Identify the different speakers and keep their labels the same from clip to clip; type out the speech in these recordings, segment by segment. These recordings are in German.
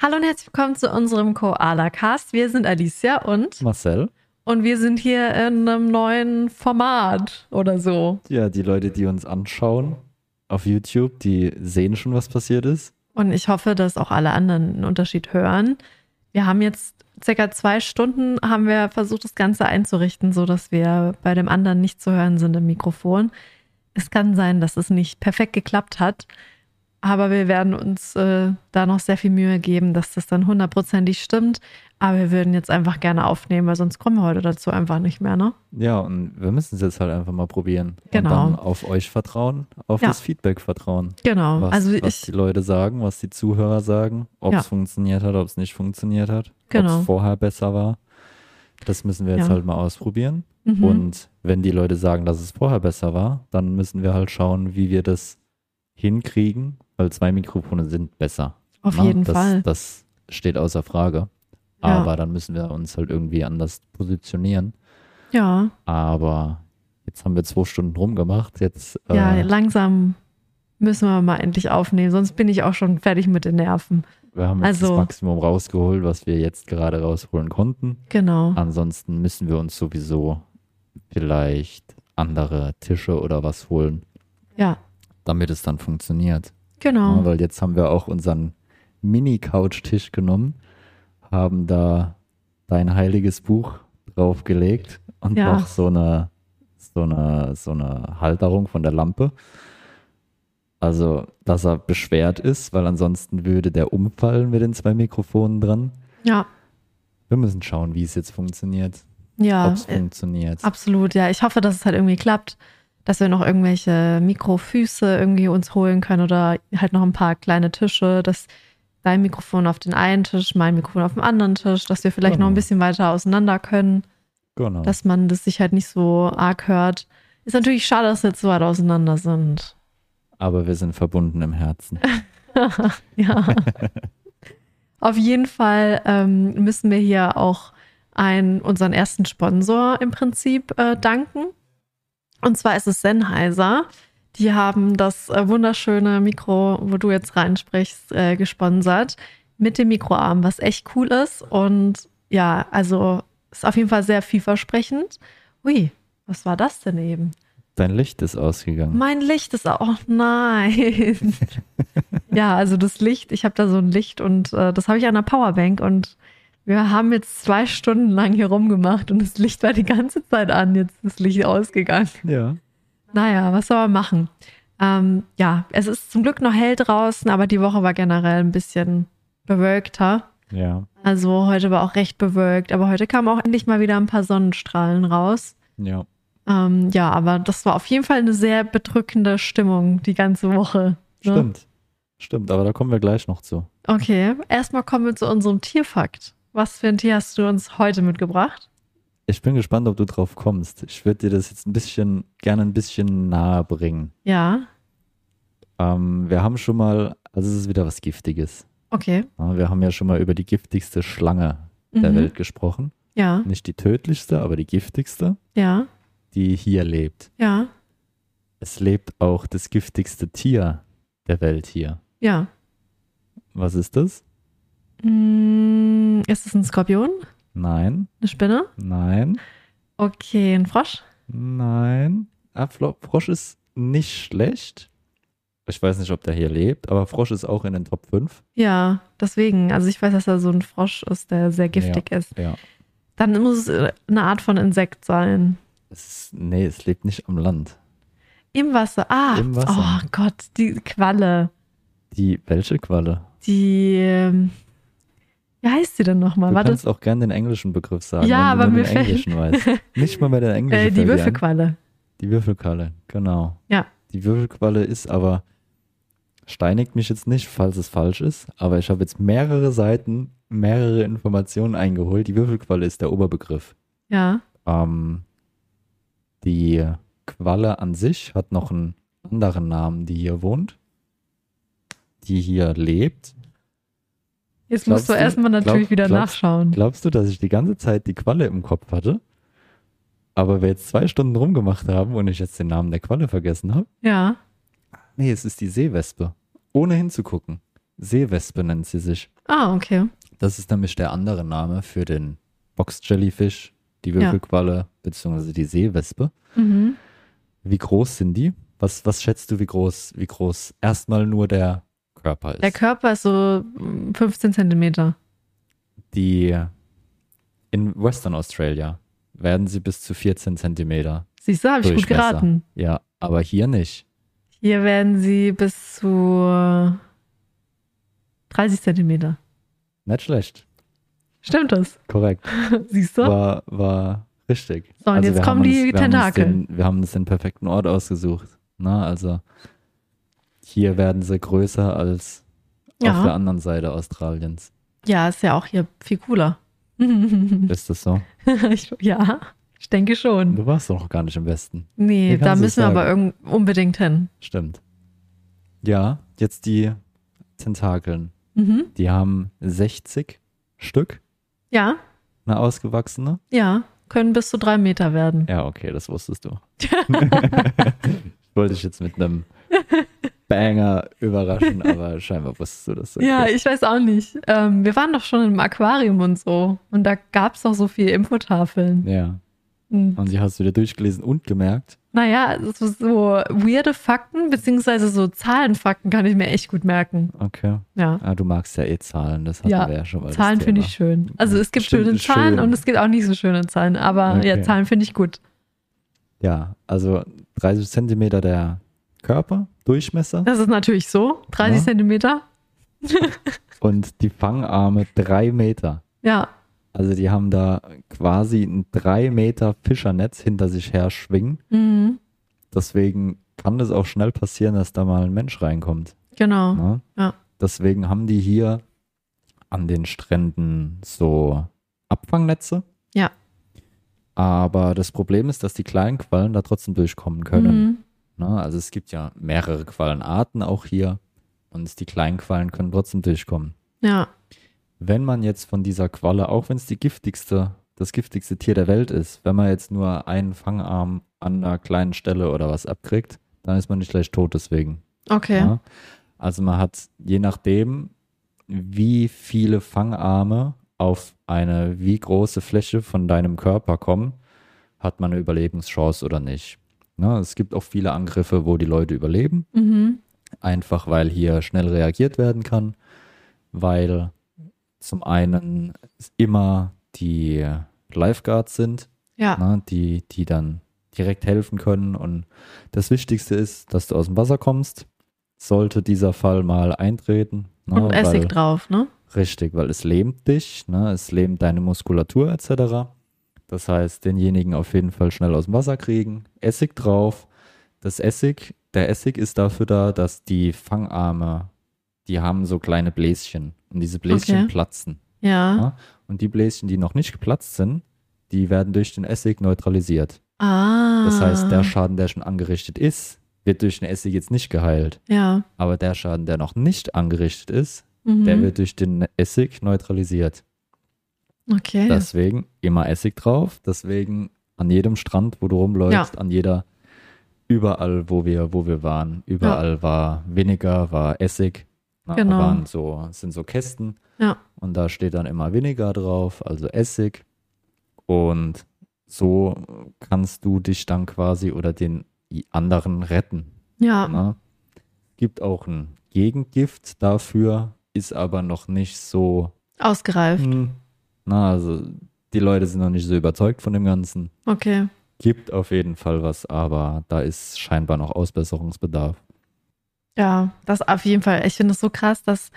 Speaker 1: Hallo und herzlich willkommen zu unserem Koala Cast. Wir sind Alicia und
Speaker 2: Marcel.
Speaker 1: und wir sind hier in einem neuen Format oder so.
Speaker 2: Ja, die Leute, die uns anschauen auf YouTube, die sehen schon, was passiert ist.
Speaker 1: Und ich hoffe, dass auch alle anderen einen Unterschied hören. Wir haben jetzt circa zwei Stunden haben wir versucht, das Ganze einzurichten, so dass wir bei dem anderen nicht zu hören sind im Mikrofon. Es kann sein, dass es nicht perfekt geklappt hat, aber wir werden uns äh, da noch sehr viel Mühe geben, dass das dann hundertprozentig stimmt. Aber wir würden jetzt einfach gerne aufnehmen, weil sonst kommen wir heute dazu einfach nicht mehr, ne?
Speaker 2: Ja, und wir müssen es jetzt halt einfach mal probieren.
Speaker 1: Genau.
Speaker 2: Und dann auf euch vertrauen, auf
Speaker 1: Ja.
Speaker 2: das Feedback vertrauen.
Speaker 1: Genau.
Speaker 2: Was,
Speaker 1: also
Speaker 2: was die
Speaker 1: ich,
Speaker 2: Leute sagen, was die Zuhörer sagen, ob es
Speaker 1: Ja.
Speaker 2: funktioniert hat, ob es nicht funktioniert hat,
Speaker 1: Genau.
Speaker 2: ob es vorher besser war. Das müssen wir jetzt
Speaker 1: Ja.
Speaker 2: halt mal ausprobieren.
Speaker 1: Mhm.
Speaker 2: Und wenn die Leute sagen, dass es vorher besser war, dann müssen wir halt schauen, wie wir das hinkriegen, weil zwei Mikrofone sind besser.
Speaker 1: auf
Speaker 2: Na,
Speaker 1: jeden
Speaker 2: das,
Speaker 1: Fall.
Speaker 2: Das steht außer Frage.
Speaker 1: Ja.
Speaker 2: Aber dann müssen wir uns halt irgendwie anders positionieren.
Speaker 1: Ja.
Speaker 2: Aber jetzt haben wir zwei Stunden rumgemacht. Jetzt äh,
Speaker 1: Ja, langsam müssen wir mal endlich aufnehmen, sonst bin ich auch schon fertig mit den Nerven.
Speaker 2: wir haben jetzt
Speaker 1: also-
Speaker 2: das Maximum rausgeholt, was wir jetzt gerade rausholen konnten.
Speaker 1: Genau.
Speaker 2: Ansonsten müssen wir uns sowieso vielleicht andere Tische oder was holen,
Speaker 1: Ja,
Speaker 2: damit es dann funktioniert. Ja,
Speaker 1: genau.
Speaker 2: weil jetzt haben wir auch unseren Mini-Couch-Tisch genommen, haben da dein heiliges Buch draufgelegt und
Speaker 1: Ja.
Speaker 2: noch so eine, so, eine, so eine Halterung von der Lampe. Also, dass er beschwert ist, weil ansonsten würde der umfallen mit den zwei Mikrofonen dran.
Speaker 1: Ja,
Speaker 2: Wir müssen schauen, wie es jetzt funktioniert,
Speaker 1: ja,
Speaker 2: ob es
Speaker 1: äh,
Speaker 2: funktioniert.
Speaker 1: absolut. Ja, ich hoffe, dass es halt irgendwie klappt, dass wir noch irgendwelche Mikrofüße irgendwie uns holen können oder halt noch ein paar kleine Tische, dass dein Mikrofon auf den einen Tisch, mein Mikrofon auf dem anderen Tisch, dass wir vielleicht noch ein
Speaker 2: Genau.
Speaker 1: bisschen weiter auseinander können,
Speaker 2: Genau.
Speaker 1: dass man das sich halt nicht so arg hört. Ist natürlich schade, dass wir jetzt so weit auseinander sind.
Speaker 2: Aber wir sind verbunden im Herzen.
Speaker 1: ja. Auf jeden Fall ähm, müssen wir hier auch ein, unseren ersten Sponsor im Prinzip äh, danken. Und zwar ist es Sennheiser. Die haben das äh, wunderschöne Mikro, wo du jetzt reinsprichst, äh, gesponsert mit dem Mikroarm, was echt cool ist. Und ja, also ist auf jeden Fall sehr vielversprechend. Ui, was war das denn eben?
Speaker 2: Dein Licht ist ausgegangen.
Speaker 1: Mein Licht ist auch. Oh nein. ja, also das Licht, ich habe da so ein Licht und äh, das habe ich an der Powerbank und wir haben jetzt zwei Stunden lang hier rumgemacht und das Licht war die ganze Zeit an. Jetzt ist das Licht ausgegangen.
Speaker 2: Ja.
Speaker 1: Naja, was soll man machen? Ähm, ja, es ist zum Glück noch hell draußen, aber die Woche war generell ein bisschen bewölkter.
Speaker 2: Ja.
Speaker 1: Also heute war auch recht bewölkt, aber heute kamen auch endlich mal wieder ein paar Sonnenstrahlen raus.
Speaker 2: Ja.
Speaker 1: Ähm, ja, aber das war auf jeden Fall eine sehr bedrückende Stimmung die ganze Woche. ne?
Speaker 2: Stimmt. Stimmt, aber da kommen wir gleich noch zu.
Speaker 1: Okay, erstmal kommen wir zu unserem Tierfakt. Was für ein Tier hast du uns heute mitgebracht?
Speaker 2: Ich bin gespannt, ob du drauf kommst. Ich würde dir das jetzt ein bisschen, gerne ein bisschen nahe bringen.
Speaker 1: Ja,
Speaker 2: Ähm, wir haben schon mal, also es ist wieder was Giftiges.
Speaker 1: okay.
Speaker 2: Ja, wir haben ja schon mal über die giftigste Schlange der
Speaker 1: Mhm.
Speaker 2: Welt gesprochen.
Speaker 1: Ja,
Speaker 2: Nicht die tödlichste, aber die giftigste,
Speaker 1: ja,
Speaker 2: die hier lebt.
Speaker 1: ja,
Speaker 2: Es lebt auch das giftigste Tier der Welt hier.
Speaker 1: ja.
Speaker 2: Was ist das?
Speaker 1: Mm, ist es ein Skorpion?
Speaker 2: Nein,
Speaker 1: Eine Spinne?
Speaker 2: nein,
Speaker 1: Okay, ein Frosch?
Speaker 2: nein. Ah, Flo- Frosch ist nicht schlecht. Ich weiß nicht, ob der hier lebt, aber Frosch ist auch in den Top 5.
Speaker 1: Ja, deswegen. Also ich weiß, dass er so ein Frosch ist, der sehr giftig ist.
Speaker 2: Ja.
Speaker 1: Dann muss es äh, eine Art von Insekt sein.
Speaker 2: Es ist, nee, es lebt nicht am Land.
Speaker 1: Im Wasser. Ah,
Speaker 2: Im Wasser.
Speaker 1: oh Gott, die Qualle.
Speaker 2: Die welche Qualle?
Speaker 1: Die, ähm, wie heißt sie denn
Speaker 2: Du
Speaker 1: nochmal? Warte,
Speaker 2: kannst auch gerne den englischen Begriff sagen,
Speaker 1: Ja,
Speaker 2: wenn du
Speaker 1: aber
Speaker 2: nur
Speaker 1: mir
Speaker 2: den
Speaker 1: fällt-
Speaker 2: englischen weißt. Nicht mal bei der englischen
Speaker 1: äh, die
Speaker 2: fällt dir ein.
Speaker 1: Würfelqualle.
Speaker 2: Die Würfelqualle, genau.
Speaker 1: Ja.
Speaker 2: Die Würfelqualle ist aber, steinigt mich jetzt nicht, falls es falsch ist, aber ich habe jetzt mehrere Seiten, mehrere Informationen eingeholt. Die Würfelqualle ist der Oberbegriff.
Speaker 1: Ja,
Speaker 2: Ähm, die Qualle an sich hat noch einen anderen Namen, die hier wohnt, die hier lebt.
Speaker 1: jetzt musst
Speaker 2: Glaubst
Speaker 1: du
Speaker 2: du-
Speaker 1: erstmal
Speaker 2: glaub-
Speaker 1: natürlich wieder
Speaker 2: glaubst-
Speaker 1: nachschauen.
Speaker 2: Glaubst du, dass ich die ganze Zeit die Qualle im Kopf hatte? Aber wir jetzt zwei Stunden rumgemacht haben und ich jetzt den Namen der Qualle vergessen habe?
Speaker 1: ja,
Speaker 2: Nee, es ist die Seewespe. Ohne hinzugucken. Seewespe nennt sie sich.
Speaker 1: Ah, okay.
Speaker 2: Das ist nämlich der andere Name für den Box-Jellyfish, die Würfelqualle, beziehungsweise die Seewespe.
Speaker 1: Mhm.
Speaker 2: Wie groß sind die? Was, was schätzt du, wie groß, wie groß erstmal nur der Körper ist?
Speaker 1: Der Körper ist so mm, 15 Zentimeter.
Speaker 2: die in Western Australia werden sie bis zu 14 Zentimeter.
Speaker 1: Siehst du, habe ich gut
Speaker 2: Durchmesser.
Speaker 1: geraten.
Speaker 2: Ja, aber hier nicht.
Speaker 1: Hier werden sie bis zu 30 Zentimeter.
Speaker 2: Nicht schlecht.
Speaker 1: Stimmt das?
Speaker 2: Korrekt.
Speaker 1: Siehst du?
Speaker 2: War, war richtig. Also
Speaker 1: So, und jetzt
Speaker 2: wir
Speaker 1: kommen
Speaker 2: haben
Speaker 1: die
Speaker 2: wir haben
Speaker 1: Tentakel.
Speaker 2: Uns den, wir haben uns den perfekten Ort ausgesucht. Na, also hier werden sie größer als auf der
Speaker 1: Ja.
Speaker 2: anderen Seite Australiens.
Speaker 1: ja, ist ja auch hier viel cooler. Mhm.
Speaker 2: Ist das so?
Speaker 1: ich, ja, ich denke schon.
Speaker 2: Du warst doch noch gar nicht im Westen.
Speaker 1: Nee,
Speaker 2: Wie
Speaker 1: da
Speaker 2: kannst du
Speaker 1: müssen wir
Speaker 2: es
Speaker 1: aber irgend, unbedingt hin.
Speaker 2: Stimmt. Ja, jetzt die Tentakeln.
Speaker 1: Mhm.
Speaker 2: Die haben 60 Stück,
Speaker 1: Ja,
Speaker 2: eine ausgewachsene.
Speaker 1: ja, können bis zu drei Meter werden.
Speaker 2: Ja, okay, das wusstest du. ich wollte dich jetzt mit einem Banger überraschen, aber scheinbar wusstest du das. Okay.
Speaker 1: Ja, ich weiß auch nicht. Ähm, wir waren doch schon im Aquarium und so. Und da gab es doch so viele Infotafeln.
Speaker 2: ja.
Speaker 1: Mhm.
Speaker 2: Und die hast du dir durchgelesen und gemerkt.
Speaker 1: Naja, so, so weirde Fakten, beziehungsweise so Zahlenfakten kann ich mir echt gut merken.
Speaker 2: Okay.
Speaker 1: Ja.
Speaker 2: Ah, du magst ja eh Zahlen, das hatten
Speaker 1: Ja,
Speaker 2: wir ja schon mal. das
Speaker 1: Zahlen finde
Speaker 2: Thema.
Speaker 1: ich schön. Also es gibt
Speaker 2: Stimmt,
Speaker 1: schöne
Speaker 2: ist
Speaker 1: Zahlen
Speaker 2: schön.
Speaker 1: und es gibt auch nicht so schöne Zahlen, aber ja,
Speaker 2: Okay.
Speaker 1: Zahlen finde ich gut.
Speaker 2: Ja, also 30 Zentimeter der Körper, Durchmesser
Speaker 1: Das ist natürlich so. 30
Speaker 2: Ja.
Speaker 1: Zentimeter.
Speaker 2: und die Fangarme drei Meter.
Speaker 1: Ja.
Speaker 2: Also die haben da quasi ein drei Meter Fischernetz hinter sich her schwingen.
Speaker 1: Mhm.
Speaker 2: Deswegen kann es auch schnell passieren, dass da mal ein Mensch reinkommt.
Speaker 1: Genau.
Speaker 2: Ne?
Speaker 1: Ja.
Speaker 2: Deswegen haben die hier an den Stränden so Abfangnetze.
Speaker 1: Ja.
Speaker 2: Aber das Problem ist, dass die kleinen Quallen da trotzdem durchkommen können.
Speaker 1: Mhm.
Speaker 2: Ne? Also es gibt ja mehrere Quallenarten auch hier und die kleinen Quallen können trotzdem durchkommen.
Speaker 1: Ja.
Speaker 2: Wenn man jetzt von dieser Qualle, auch wenn es die giftigste, das giftigste Tier der Welt ist, wenn man jetzt nur einen Fangarm an einer kleinen Stelle oder was abkriegt, dann ist man nicht gleich tot deswegen.
Speaker 1: Okay.
Speaker 2: Ja? Also man hat je nachdem, wie viele Fangarme auf eine wie große Fläche von deinem Körper kommen, hat man eine Überlebenschance oder nicht. Ne? Es gibt auch viele Angriffe, wo die Leute überleben,
Speaker 1: Mhm.
Speaker 2: einfach weil hier schnell reagiert werden kann, weil zum einen es immer die Lifeguards sind,
Speaker 1: Ja.
Speaker 2: ne, die, die dann direkt helfen können. Und das Wichtigste ist, dass du aus dem Wasser kommst. Sollte dieser Fall mal eintreten. Ne,
Speaker 1: Und Essig
Speaker 2: weil,
Speaker 1: drauf, ne?
Speaker 2: Richtig, weil es lähmt dich, ne, es lähmt deine Muskulatur etc. Das heißt, denjenigen auf jeden Fall schnell aus dem Wasser kriegen. Essig drauf. Das Essig, der Essig ist dafür da, dass die Fangarme, die haben so kleine Bläschen. Und diese Bläschen
Speaker 1: Okay.
Speaker 2: platzen.
Speaker 1: Ja.
Speaker 2: Ja. Und die Bläschen, die noch nicht geplatzt sind, die werden durch den Essig neutralisiert.
Speaker 1: Ah.
Speaker 2: Das heißt, der Schaden, der schon angerichtet ist, wird durch den Essig jetzt nicht geheilt.
Speaker 1: Ja.
Speaker 2: Aber der Schaden, der noch nicht angerichtet ist,
Speaker 1: Mhm.
Speaker 2: der wird durch den Essig neutralisiert.
Speaker 1: okay.
Speaker 2: Deswegen immer Essig drauf. Deswegen an jedem Strand, wo du rumläufst, an jeder, überall, wo wir, wo wir waren, überall war weniger, war Essig. Na,
Speaker 1: Genau.
Speaker 2: Waren so, sind so Kästen.
Speaker 1: Ja.
Speaker 2: Und da steht dann immer weniger drauf, also Essig. Und so kannst du dich dann quasi oder den i- anderen retten.
Speaker 1: ja.
Speaker 2: Ne? Gibt auch ein Gegengift dafür, ist aber noch nicht so
Speaker 1: Ausgereift.
Speaker 2: hm. Na, also die Leute sind noch nicht so überzeugt von dem Ganzen.
Speaker 1: Okay.
Speaker 2: Gibt auf jeden Fall was, aber da ist scheinbar noch Ausbesserungsbedarf.
Speaker 1: Ja, das auf jeden Fall. Ich finde es so krass, dass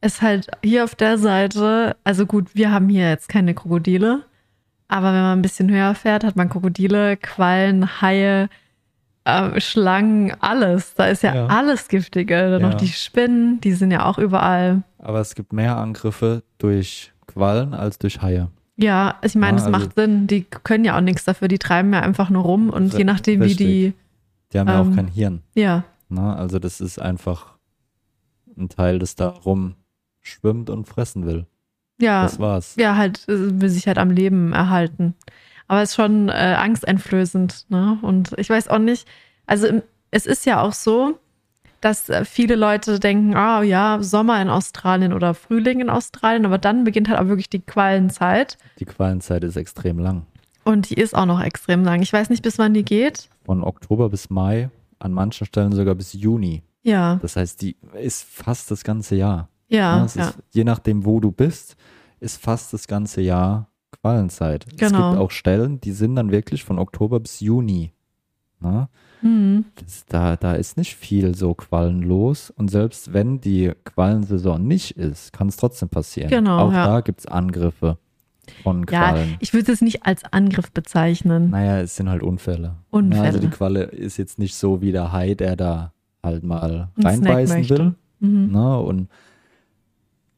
Speaker 1: es halt hier auf der Seite, also gut, wir haben hier jetzt keine Krokodile, aber wenn man ein bisschen höher fährt, hat man Krokodile, Quallen, Haie, äh, Schlangen, alles. Da ist ja,
Speaker 2: Ja.
Speaker 1: alles giftig. Äh, Dann
Speaker 2: Ja.
Speaker 1: noch die Spinnen, die sind ja auch überall.
Speaker 2: Aber es gibt mehr Angriffe durch Quallen als durch Haie.
Speaker 1: Ja, ich meine,
Speaker 2: Ja,
Speaker 1: es
Speaker 2: also-
Speaker 1: macht Sinn. Die können ja auch nichts dafür. Die treiben ja einfach nur rum und
Speaker 2: Re-
Speaker 1: je nachdem, wie
Speaker 2: richtig. Die haben ja auch
Speaker 1: Ähm.
Speaker 2: kein Hirn.
Speaker 1: die. Ja,
Speaker 2: Ne? Also das ist einfach ein Teil, das da rumschwimmt und fressen will.
Speaker 1: ja.
Speaker 2: Das war's.
Speaker 1: ja, halt, äh, will sich halt am Leben erhalten. Aber es ist schon äh, angsteinflößend, ne? Und ich weiß auch nicht, also im- es ist ja auch so, dass äh, viele Leute denken, ah ja, Sommer in Australien oder Frühling in Australien, aber dann beginnt halt auch wirklich die Quallenzeit
Speaker 2: Die Qualenzeit ist extrem lang.
Speaker 1: und die ist auch noch extrem lang. Ich weiß nicht, bis wann die geht.
Speaker 2: Von Oktober bis Mai, an manchen Stellen sogar bis Juni.
Speaker 1: Ja,
Speaker 2: Das heißt, die ist fast das ganze Jahr. Ja,
Speaker 1: ja,
Speaker 2: Ne? es
Speaker 1: ja.
Speaker 2: Ist, je nachdem, wo du bist, ist fast das ganze Jahr Qualenzeit. Es
Speaker 1: Genau.
Speaker 2: gibt auch Stellen, die sind dann wirklich von Oktober bis Juni. Ne?
Speaker 1: Hm.
Speaker 2: Das, da, da ist nicht viel so quallenlos. Und selbst wenn die Quallensaison nicht ist, kann es trotzdem passieren.
Speaker 1: Genau,
Speaker 2: auch
Speaker 1: ja.
Speaker 2: da gibt es Angriffe von
Speaker 1: Ja,
Speaker 2: Quallen.
Speaker 1: Ich würde es nicht als Angriff bezeichnen.
Speaker 2: Naja, es sind halt Unfälle.
Speaker 1: Unfälle.
Speaker 2: Na, also die Qualle ist jetzt nicht so wie der Hai, der da halt mal
Speaker 1: Einen Snack
Speaker 2: reinbeißen
Speaker 1: möchte.
Speaker 2: will.
Speaker 1: Mhm.
Speaker 2: Ne? Und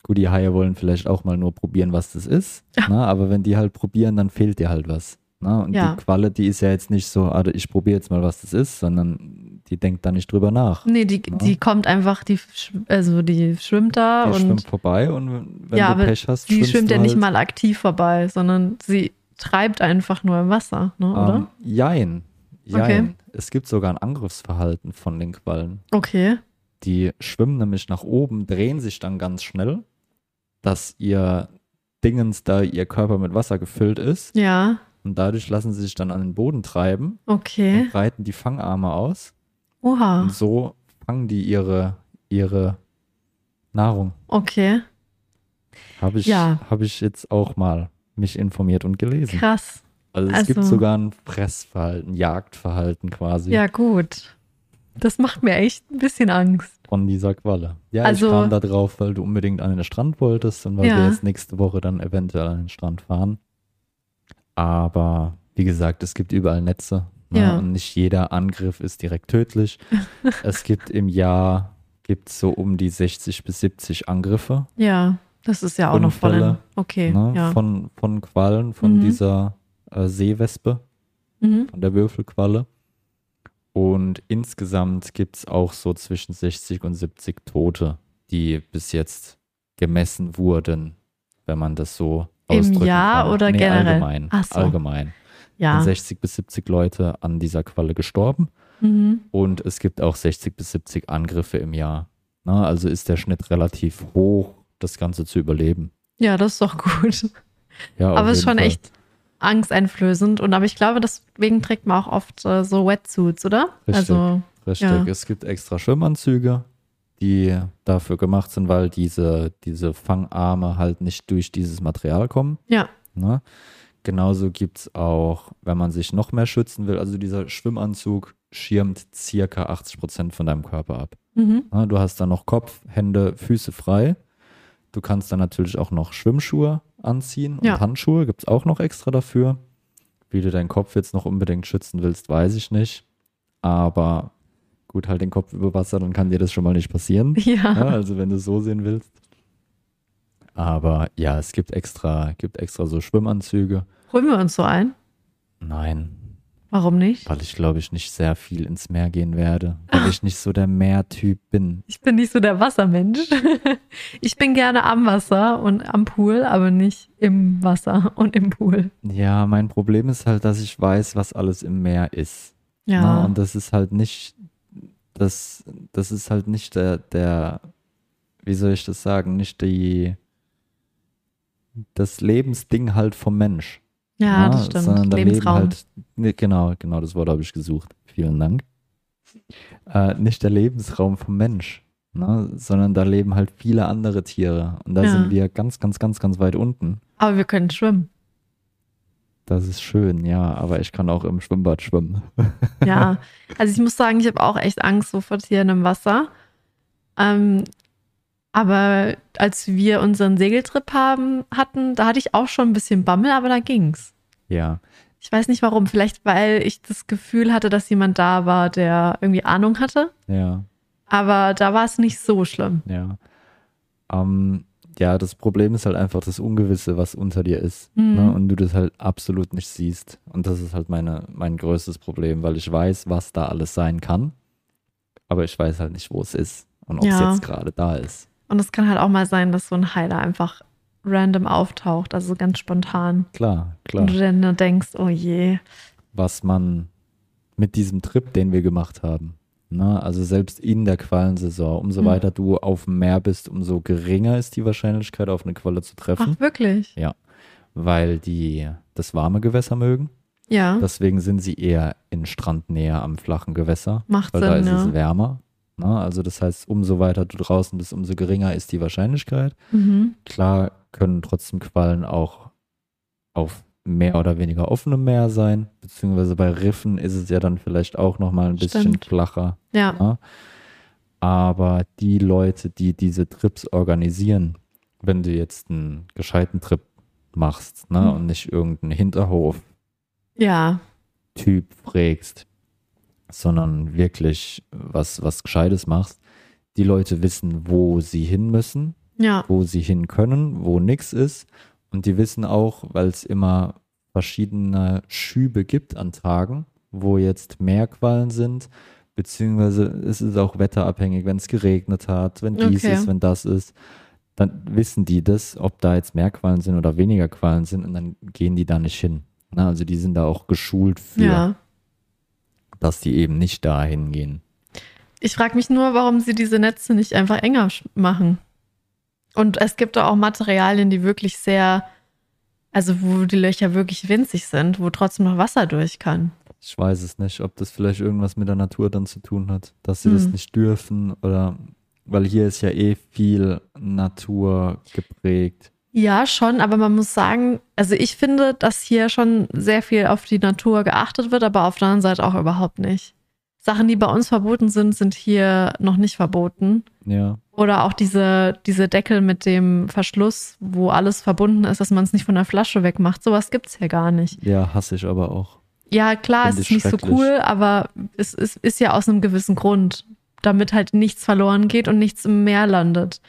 Speaker 2: gut, die Haie wollen vielleicht auch mal nur probieren, was das ist. Ne? Aber wenn die halt probieren, dann fehlt dir halt was. Ne? Und
Speaker 1: Ja.
Speaker 2: die Qualle, die ist ja jetzt nicht so, ah, ich probiere jetzt mal, was das ist, sondern die denkt da nicht drüber nach.
Speaker 1: Nee, die, die kommt einfach, die, schw- also die schwimmt da
Speaker 2: Die
Speaker 1: und
Speaker 2: schwimmt vorbei und wenn
Speaker 1: Ja,
Speaker 2: du
Speaker 1: aber
Speaker 2: Pech hast,
Speaker 1: die
Speaker 2: schwimmst
Speaker 1: schwimmt
Speaker 2: du
Speaker 1: ja
Speaker 2: halt,
Speaker 1: nicht mal aktiv vorbei, sondern sie treibt einfach nur im Wasser, ne, oder?
Speaker 2: Ähm, jein. Jein.
Speaker 1: Okay.
Speaker 2: Es gibt sogar ein Angriffsverhalten von den Quallen.
Speaker 1: Okay.
Speaker 2: Die schwimmen nämlich nach oben, drehen sich dann ganz schnell, dass ihr Dingens da, ihr Körper mit Wasser gefüllt ist.
Speaker 1: Ja,
Speaker 2: Und dadurch lassen sie sich dann an den Boden treiben
Speaker 1: okay.
Speaker 2: und breiten die Fangarme aus.
Speaker 1: Oha,
Speaker 2: Und so fangen die ihre, ihre Nahrung.
Speaker 1: okay.
Speaker 2: Habe ich,
Speaker 1: Ja.
Speaker 2: hab ich jetzt auch mal mich informiert und gelesen.
Speaker 1: Krass.
Speaker 2: Also es gibt
Speaker 1: Also-
Speaker 2: sogar ein Fressverhalten, Jagdverhalten quasi
Speaker 1: Ja, gut. Das macht mir echt ein bisschen Angst.
Speaker 2: von dieser Qualle. Ja,
Speaker 1: Also-
Speaker 2: ich kam da drauf, weil du unbedingt an den Strand wolltest und weil
Speaker 1: Ja.
Speaker 2: wir jetzt nächste Woche dann eventuell an den Strand fahren. Aber wie gesagt, es gibt überall Netze. Ne?
Speaker 1: Ja.
Speaker 2: Und nicht jeder Angriff ist direkt tödlich. es gibt im Jahr gibt's so um die 60 bis 70 Angriffe
Speaker 1: Ja, das ist ja auch noch voll. in-
Speaker 2: Unfälle,
Speaker 1: Okay,
Speaker 2: ne?
Speaker 1: ja.
Speaker 2: von, von Quallen, von
Speaker 1: Mhm.
Speaker 2: dieser äh, Seewespe.
Speaker 1: mhm.
Speaker 2: von der Würfelqualle. Und insgesamt gibt es auch so zwischen 60 und 70 Tote, die bis jetzt gemessen wurden, wenn man das so
Speaker 1: Im
Speaker 2: ausdrücken
Speaker 1: Jahr
Speaker 2: kann.
Speaker 1: oder generell?
Speaker 2: Allgemein.
Speaker 1: Ach so.
Speaker 2: allgemein. Sind
Speaker 1: Ja.
Speaker 2: 60 bis 70 Leute an dieser Qualle gestorben
Speaker 1: Mhm.
Speaker 2: und es gibt auch 60 bis 70 Angriffe im Jahr. Na, also ist der Schnitt relativ hoch, das Ganze zu überleben.
Speaker 1: ja, das ist doch gut.
Speaker 2: Ja, auf
Speaker 1: Aber es ist
Speaker 2: jeden
Speaker 1: schon
Speaker 2: Fall.
Speaker 1: echt angsteinflößend. Und aber ich glaube, deswegen trägt man auch oft äh, so Wetsuits, oder?
Speaker 2: Richtig.
Speaker 1: Also,
Speaker 2: Richtig.
Speaker 1: Ja.
Speaker 2: Es gibt extra Schwimmanzüge, die dafür gemacht sind, weil diese, diese Fangarme halt nicht durch dieses Material kommen.
Speaker 1: ja.
Speaker 2: Ne? Genauso gibt es auch, wenn man sich noch mehr schützen will, also dieser Schwimmanzug schirmt circa 80 Prozent von deinem Körper ab.
Speaker 1: Mhm.
Speaker 2: Ne? Du hast dann noch Kopf, Hände, Füße frei. Du kannst dann natürlich auch noch Schwimmschuhe anziehen und
Speaker 1: Ja.
Speaker 2: Handschuhe gibt es auch noch extra dafür. Wie du deinen Kopf jetzt noch unbedingt schützen willst, weiß ich nicht. Aber gut, halt den Kopf über Wasser, dann kann dir das schon mal nicht passieren. Ja,
Speaker 1: Ja.
Speaker 2: also wenn du es so sehen willst. Aber ja, es gibt extra, gibt extra so Schwimmanzüge.
Speaker 1: Holen wir uns so ein.
Speaker 2: Nein,
Speaker 1: Warum nicht?
Speaker 2: weil ich glaube ich nicht sehr viel ins Meer gehen werde, weil ich nicht so der Meertyp bin.
Speaker 1: Ich bin nicht so der Wassermensch. Ich bin gerne am Wasser und am Pool, aber nicht im Wasser und im Pool.
Speaker 2: Ja, mein Problem ist halt, dass ich weiß, was alles im Meer ist.
Speaker 1: Ja.
Speaker 2: Ne? Und das ist halt nicht, das, das ist halt nicht der, der, wie soll ich das sagen, nicht die, das Lebensding halt vom Mensch.
Speaker 1: ja,
Speaker 2: ne?
Speaker 1: das
Speaker 2: Sondern
Speaker 1: stimmt.
Speaker 2: da leben
Speaker 1: Lebensraum.
Speaker 2: halt, ne, genau, genau das Wort habe ich gesucht. Vielen Dank. Äh, nicht der Lebensraum vom Mensch, ne? sondern da leben halt viele andere Tiere. Und da
Speaker 1: Ja.
Speaker 2: sind wir ganz, ganz, ganz, ganz weit unten.
Speaker 1: Aber wir können schwimmen.
Speaker 2: Das ist schön, ja, aber ich kann auch im Schwimmbad schwimmen.
Speaker 1: Ja. Also ich muss sagen, ich habe auch echt Angst so vor Tieren im Wasser. Ähm, aber als wir unseren Segeltrip haben, hatten, da hatte ich auch schon ein bisschen Bammel, aber da ging's.
Speaker 2: Ja,
Speaker 1: Ich weiß nicht warum. Vielleicht, weil ich das Gefühl hatte, dass jemand da war, der irgendwie Ahnung hatte.
Speaker 2: ja,
Speaker 1: Aber da war es nicht so schlimm.
Speaker 2: ja. Ähm, ja, das Problem ist halt einfach das Ungewisse, was unter dir ist.
Speaker 1: Mhm.
Speaker 2: Ne? Und du das halt absolut nicht siehst. Und das ist halt meine, mein größtes Problem, weil ich weiß, was da alles sein kann. Aber ich weiß halt nicht, wo es ist und ob es
Speaker 1: Ja.
Speaker 2: jetzt gerade da ist.
Speaker 1: Und es kann halt auch mal sein, dass so ein Heiler einfach random auftaucht, also ganz spontan.
Speaker 2: Klar, klar.
Speaker 1: Und du dann nur denkst, oh je.
Speaker 2: Was man mit diesem Trip, den wir gemacht haben, Ne? Also selbst in der Qualensaison, umso
Speaker 1: Mhm.
Speaker 2: weiter du auf dem Meer bist, umso geringer ist die Wahrscheinlichkeit, auf eine Qualle zu treffen,
Speaker 1: Ach, wirklich?
Speaker 2: weil die das warme Gewässer mögen.
Speaker 1: Ja,
Speaker 2: Deswegen sind sie eher in Strandnähe am flachen Gewässer,
Speaker 1: macht
Speaker 2: weil da
Speaker 1: Sinn,
Speaker 2: ist es
Speaker 1: ne?
Speaker 2: wärmer. Ne? Also das heißt, umso weiter du draußen bist, umso geringer ist die Wahrscheinlichkeit.
Speaker 1: Mhm.
Speaker 2: Klar können trotzdem Quallen auch auf mehr oder weniger offenem Meer sein, beziehungsweise bei Riffen ist es ja dann vielleicht auch nochmal ein bisschen
Speaker 1: Stimmt.
Speaker 2: flacher.
Speaker 1: Ja,
Speaker 2: Aber die Leute, die diese Trips organisieren, wenn du jetzt einen gescheiten Trip machst ne,
Speaker 1: Mhm.
Speaker 2: und nicht irgendeinen Hinterhof-Typ
Speaker 1: ja,
Speaker 2: prägst, sondern wirklich was, was Gescheites machst, die Leute wissen, wo sie hin müssen
Speaker 1: ja,
Speaker 2: wo sie hin können, wo nichts ist. Und die wissen auch, weil es immer verschiedene Schübe gibt an Tagen, wo jetzt mehr Quallen sind, beziehungsweise es ist auch wetterabhängig, wenn es geregnet hat, wenn dies
Speaker 1: Okay.
Speaker 2: ist, wenn das ist. Dann wissen die das, ob da jetzt mehr Quallen sind oder weniger Quallen sind, und dann gehen die da nicht hin. Na, also die sind da auch geschult für,
Speaker 1: ja.
Speaker 2: dass die eben nicht da hingehen.
Speaker 1: Ich frage mich nur, warum sie diese Netze nicht einfach enger sch- machen. Und es gibt doch auch Materialien, die wirklich sehr, also wo die Löcher wirklich winzig sind, wo trotzdem noch Wasser durch kann.
Speaker 2: Ich weiß es nicht, ob das vielleicht irgendwas mit der Natur dann zu tun hat, dass sie das
Speaker 1: Hm.
Speaker 2: nicht dürfen oder weil hier ist ja eh viel Natur geprägt.
Speaker 1: Ja, schon, aber man muss sagen, also ich finde, dass hier schon sehr viel auf die Natur geachtet wird, aber auf der anderen Seite auch überhaupt nicht. Sachen, die bei uns verboten sind, sind hier noch nicht verboten.
Speaker 2: Ja,
Speaker 1: Oder auch diese, diese Deckel mit dem Verschluss, wo alles verbunden ist, dass man es nicht von der Flasche wegmacht. Sowas gibt's hier gar nicht.
Speaker 2: ja, hasse ich aber auch.
Speaker 1: Ja, klar, es
Speaker 2: Finde
Speaker 1: ist
Speaker 2: ich
Speaker 1: nicht so
Speaker 2: schrecklich.
Speaker 1: cool, aber es ist, ist ja aus einem gewissen Grund, damit halt nichts verloren geht und nichts im Meer landet.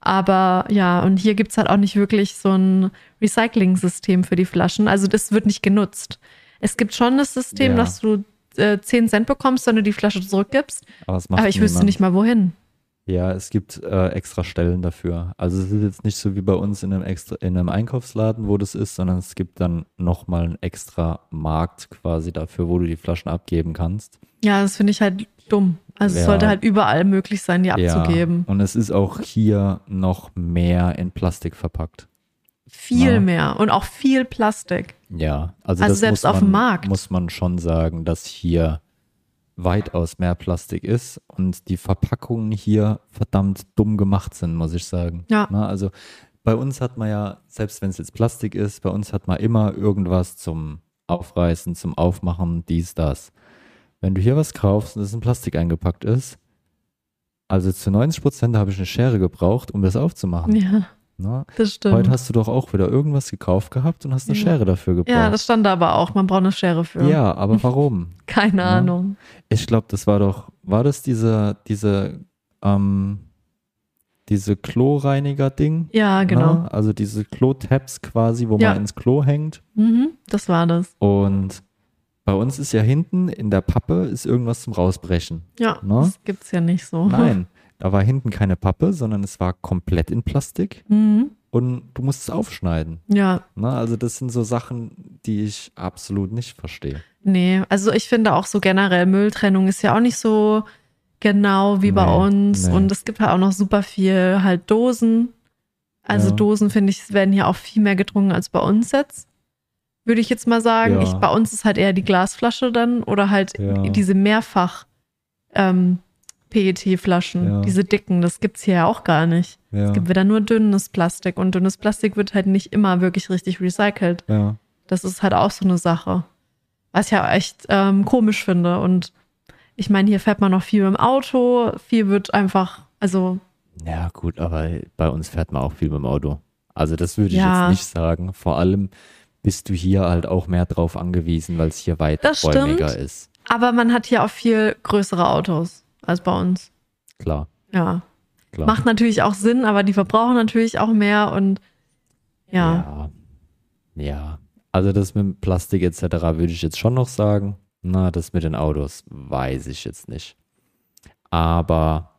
Speaker 1: Aber ja, und hier gibt's halt auch nicht wirklich so ein Recycling-System für die Flaschen. Also das wird nicht genutzt. Es gibt schon das System,
Speaker 2: Ja.
Speaker 1: dass du äh, 10 Cent bekommst, wenn du die Flasche zurückgibst.
Speaker 2: Aber, es macht
Speaker 1: aber ich wüsste
Speaker 2: niemand.
Speaker 1: nicht mal wohin.
Speaker 2: Ja, es gibt äh, extra Stellen dafür. Also es ist jetzt nicht so wie bei uns in einem, extra, in einem Einkaufsladen, wo das ist, sondern es gibt dann nochmal einen extra Markt quasi dafür, wo du die Flaschen abgeben kannst.
Speaker 1: Ja, das finde ich halt dumm. Also es
Speaker 2: Ja.
Speaker 1: sollte halt überall möglich sein, die abzugeben.
Speaker 2: Ja, und es ist auch hier noch mehr in Plastik verpackt.
Speaker 1: Viel
Speaker 2: Ja.
Speaker 1: mehr und auch viel Plastik.
Speaker 2: Ja, also,
Speaker 1: Also
Speaker 2: das
Speaker 1: selbst
Speaker 2: muss
Speaker 1: auf
Speaker 2: man,
Speaker 1: dem Markt.
Speaker 2: muss man schon sagen, dass hier weitaus mehr Plastik ist und die Verpackungen hier verdammt dumm gemacht sind, muss ich sagen.
Speaker 1: Ja.
Speaker 2: Na, also bei uns hat man ja, selbst wenn es jetzt Plastik ist, bei uns hat man immer irgendwas zum Aufreißen, zum Aufmachen, dies, das. Wenn du hier was kaufst und es in Plastik eingepackt ist, also zu 90 Prozent habe ich eine Schere gebraucht, um das aufzumachen.
Speaker 1: Ja,
Speaker 2: Na,
Speaker 1: das stimmt.
Speaker 2: heute hast du doch auch wieder irgendwas gekauft gehabt und hast eine
Speaker 1: Ja.
Speaker 2: Schere dafür gebraucht.
Speaker 1: Ja, das stand da aber auch. Man braucht eine Schere für.
Speaker 2: Ja, aber warum?
Speaker 1: Keine
Speaker 2: Ja.
Speaker 1: Ahnung.
Speaker 2: Ich glaube, das war doch, war das diese, diese, ähm, diese Kloreiniger-Ding?
Speaker 1: Ja, genau.
Speaker 2: Ne? Also diese Klo-Tabs quasi, wo
Speaker 1: Ja.
Speaker 2: man ins Klo hängt.
Speaker 1: Mhm, das war das.
Speaker 2: Und bei uns ist ja hinten in der Pappe ist irgendwas zum Rausbrechen.
Speaker 1: Ja,
Speaker 2: Ne?
Speaker 1: das gibt's ja nicht so.
Speaker 2: Nein, da war hinten keine Pappe, sondern es war komplett in Plastik
Speaker 1: Mhm,
Speaker 2: und du musst es aufschneiden.
Speaker 1: ja,
Speaker 2: Ne? Also das sind so Sachen, die ich absolut nicht verstehe.
Speaker 1: nee. Also ich finde auch so generell Mülltrennung ist ja auch nicht so genau wie bei
Speaker 2: Nee,
Speaker 1: uns.
Speaker 2: nee.
Speaker 1: Und es gibt halt auch noch super viel halt Dosen. Also
Speaker 2: Ja.
Speaker 1: Dosen, finde ich, werden hier auch viel mehr getrunken als bei uns jetzt. Würde ich jetzt mal sagen.
Speaker 2: Ja.
Speaker 1: Ich, bei uns ist halt eher die Glasflasche dann oder halt
Speaker 2: Ja.
Speaker 1: diese mehrfach ähm, PET-Flaschen,
Speaker 2: Ja.
Speaker 1: diese dicken, das gibt's hier ja auch gar nicht.
Speaker 2: Ja,
Speaker 1: Es gibt wieder nur dünnes Plastik und dünnes Plastik wird halt nicht immer wirklich richtig recycelt.
Speaker 2: ja.
Speaker 1: Das ist halt auch so eine Sache. Was ich ja echt ähm, komisch finde. Und ich meine, hier fährt man noch viel im Auto, viel wird einfach, also
Speaker 2: Ja, gut, aber bei uns fährt man auch viel mit dem Auto. Also das würde ich
Speaker 1: Ja.
Speaker 2: jetzt nicht sagen. Vor allem bist du hier halt auch mehr drauf angewiesen, weil es hier
Speaker 1: Das stimmt.
Speaker 2: weiträumiger ist.
Speaker 1: aber man hat hier auch viel größere Autos als bei uns.
Speaker 2: Klar,
Speaker 1: Ja.
Speaker 2: klar.
Speaker 1: Macht natürlich auch Sinn, aber die verbrauchen natürlich auch mehr und ja.
Speaker 2: ja. Ja. Also das mit dem Plastik etc. würde ich jetzt schon noch sagen. Na, das mit den Autos weiß ich jetzt nicht. Aber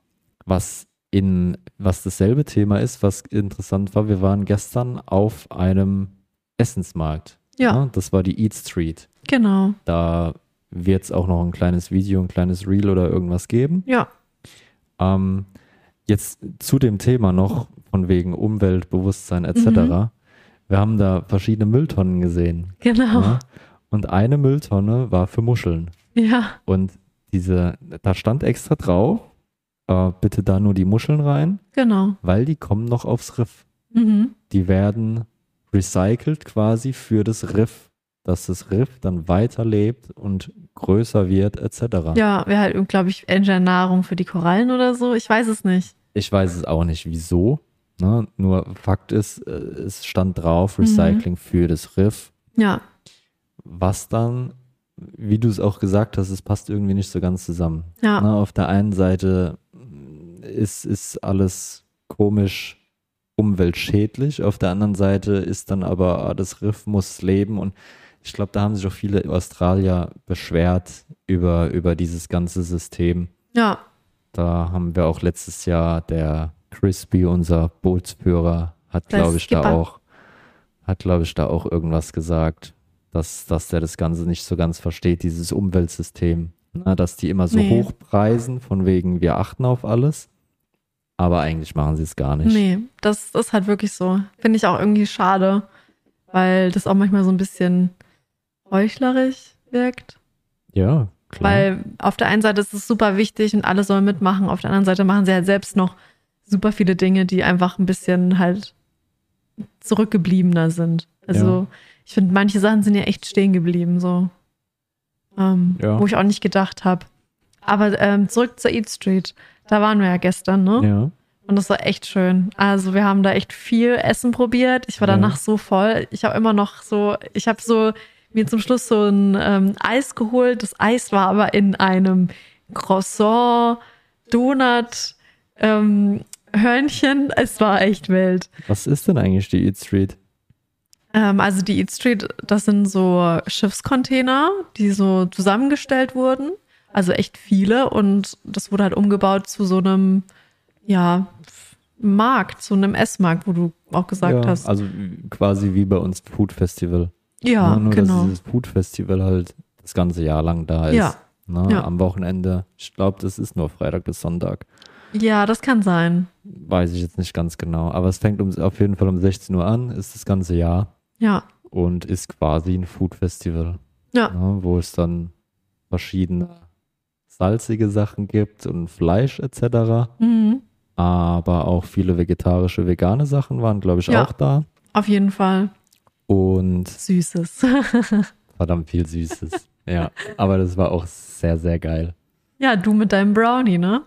Speaker 2: was in was dasselbe Thema ist, was interessant war, wir waren gestern auf einem Essensmarkt.
Speaker 1: Ja,
Speaker 2: Ne? Das war die Eat Street.
Speaker 1: genau.
Speaker 2: Da wird es auch noch ein kleines Video, ein kleines Reel oder irgendwas geben.
Speaker 1: Ja.
Speaker 2: Ähm, jetzt zu dem Thema noch von wegen Umwelt, Bewusstsein etc.
Speaker 1: Mhm.
Speaker 2: Wir haben da verschiedene Mülltonnen gesehen.
Speaker 1: Genau.
Speaker 2: Ne? Und eine Mülltonne war für Muscheln.
Speaker 1: Ja.
Speaker 2: Und diese, da stand extra drauf, äh, bitte da nur die Muscheln rein,
Speaker 1: Genau.
Speaker 2: weil die kommen noch aufs Riff.
Speaker 1: Mhm.
Speaker 2: Die werden recycelt quasi für das Riff, dass das Riff dann weiterlebt und größer wird etc.
Speaker 1: Ja, wäre halt, glaube ich, entweder Nahrung für die Korallen oder so. Ich weiß es nicht.
Speaker 2: Ich weiß es auch nicht, wieso. Ne? Nur Fakt ist, äh, es stand drauf, Recycling für das Riff,
Speaker 1: Ja.
Speaker 2: was dann, wie du es auch gesagt hast, es passt irgendwie nicht so ganz zusammen.
Speaker 1: Ja.
Speaker 2: Ne? Auf der einen Seite mh, ist, ist alles komisch umweltschädlich, auf der anderen Seite ist dann aber, ah, das Riff muss leben und ich glaube, da haben sich auch viele Australier beschwert über, über dieses ganze System.
Speaker 1: Ja.
Speaker 2: Da haben wir auch letztes Jahr der Crispy, unser Bootsführer, hat
Speaker 1: Der
Speaker 2: glaube ich da
Speaker 1: Skipper.
Speaker 2: auch, hat glaube ich da auch irgendwas gesagt, dass, dass der das Ganze nicht so ganz versteht, dieses Umweltsystem. Na, dass die immer so
Speaker 1: Nee.
Speaker 2: hochpreisen, von wegen wir achten auf alles, aber eigentlich machen sie es gar nicht.
Speaker 1: Nee, das ist halt wirklich so. Finde ich auch irgendwie schade, weil das auch manchmal so ein bisschen heuchlerisch wirkt.
Speaker 2: Ja, klar.
Speaker 1: Weil auf der einen Seite ist es super wichtig und alle sollen mitmachen, auf der anderen Seite machen sie halt selbst noch super viele Dinge, die einfach ein bisschen halt zurückgebliebener sind. Also ich finde, manche Sachen sind ja echt stehen geblieben, so. Ähm,
Speaker 2: Ja.
Speaker 1: Wo ich auch nicht gedacht habe. Aber ähm, zurück zur Eat Street. Da waren wir ja gestern, ne?
Speaker 2: ja.
Speaker 1: Und das war echt schön. Also wir haben da echt viel Essen probiert. Ich war
Speaker 2: Ja.
Speaker 1: danach so voll. Ich habe immer noch so, ich habe so mir zum Schluss so ein ähm, Eis geholt. Das Eis war aber in einem Croissant, Donut, ähm, Hörnchen. Es war echt wild.
Speaker 2: Was ist denn eigentlich die Eat Street?
Speaker 1: Ähm, also die Eat Street, das sind so Schiffscontainer, die so zusammengestellt wurden. Also echt viele und das wurde halt umgebaut zu so einem, ja, Markt, zu einem Essmarkt, wo du auch gesagt
Speaker 2: ja,
Speaker 1: hast.
Speaker 2: Also quasi wie bei uns Food Festival.
Speaker 1: ja,
Speaker 2: ne, nur, dass
Speaker 1: genau.
Speaker 2: dieses Food Festival halt das ganze Jahr lang da ist.
Speaker 1: Ja.
Speaker 2: Ne,
Speaker 1: Ja.
Speaker 2: Am Wochenende. Ich glaube, das ist nur Freitag bis Sonntag.
Speaker 1: Ja, das kann sein.
Speaker 2: Weiß ich jetzt nicht ganz genau. Aber es fängt um, auf jeden Fall um 16 Uhr an, ist das ganze Jahr
Speaker 1: Ja,
Speaker 2: und ist quasi ein Food Festival.
Speaker 1: Ja.
Speaker 2: Ne, wo es dann verschiedene salzige Sachen gibt und Fleisch etc.
Speaker 1: mhm.
Speaker 2: Aber auch viele vegetarische, vegane Sachen waren, glaube ich,
Speaker 1: Ja.
Speaker 2: auch da.
Speaker 1: auf jeden Fall
Speaker 2: Und
Speaker 1: Süßes.
Speaker 2: verdammt viel Süßes. ja, aber das war auch sehr, sehr geil.
Speaker 1: ja, du mit deinem Brownie, ne?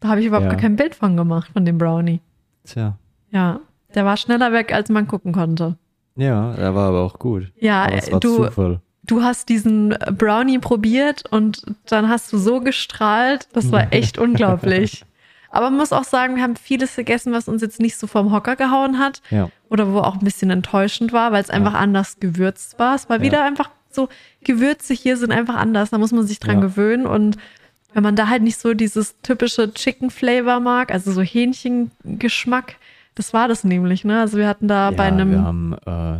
Speaker 1: Da habe ich überhaupt
Speaker 2: Ja.
Speaker 1: gar kein Bild von gemacht, von dem Brownie.
Speaker 2: Tja.
Speaker 1: Ja, der war schneller weg, als man gucken konnte.
Speaker 2: Ja, er war aber auch gut.
Speaker 1: Ja,
Speaker 2: Aber es war
Speaker 1: du,
Speaker 2: Zufall.
Speaker 1: du hast diesen äh, Brownie probiert und dann hast du so gestrahlt. Das war echt unglaublich. Aber man muss auch sagen, wir haben vieles gegessen, was uns jetzt nicht so vom Hocker gehauen hat
Speaker 2: Ja.
Speaker 1: oder wo auch ein bisschen enttäuschend war, weil es einfach anders gewürzt war. Es war
Speaker 2: Ja.
Speaker 1: wieder einfach so, Gewürze hier sind einfach anders. Da muss man sich dran
Speaker 2: Ja.
Speaker 1: gewöhnen und wenn man da halt nicht so dieses typische Chicken Flavor mag, also so Hähnchengeschmack, das war das nämlich, ne? Also wir hatten da
Speaker 2: ja,
Speaker 1: bei einem,
Speaker 2: wir haben äh,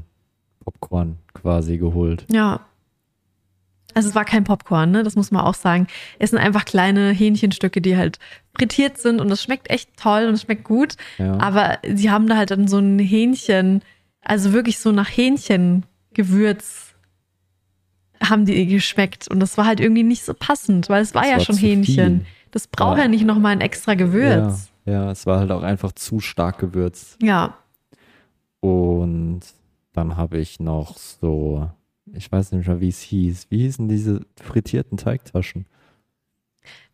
Speaker 2: Hähnchen-Popcorn quasi geholt.
Speaker 1: Ja. Also es war kein Popcorn, ne? Das muss man auch sagen. Es sind einfach kleine Hähnchenstücke, die halt frittiert sind und das schmeckt echt toll und es schmeckt gut.
Speaker 2: Ja.
Speaker 1: Aber sie haben da halt dann so ein Hähnchen, also wirklich so nach Hähnchengewürz haben die geschmeckt. Und das war halt irgendwie nicht so passend, weil es war
Speaker 2: Es
Speaker 1: ja
Speaker 2: war
Speaker 1: schon
Speaker 2: zu viel.
Speaker 1: Hähnchen. Das braucht
Speaker 2: Ja.
Speaker 1: ja nicht nochmal ein extra Gewürz.
Speaker 2: Ja, ja, es war halt auch einfach zu stark gewürzt.
Speaker 1: Ja.
Speaker 2: Und dann habe ich noch so, ich weiß nicht mehr, wie es hieß. Wie hießen diese frittierten Teigtaschen?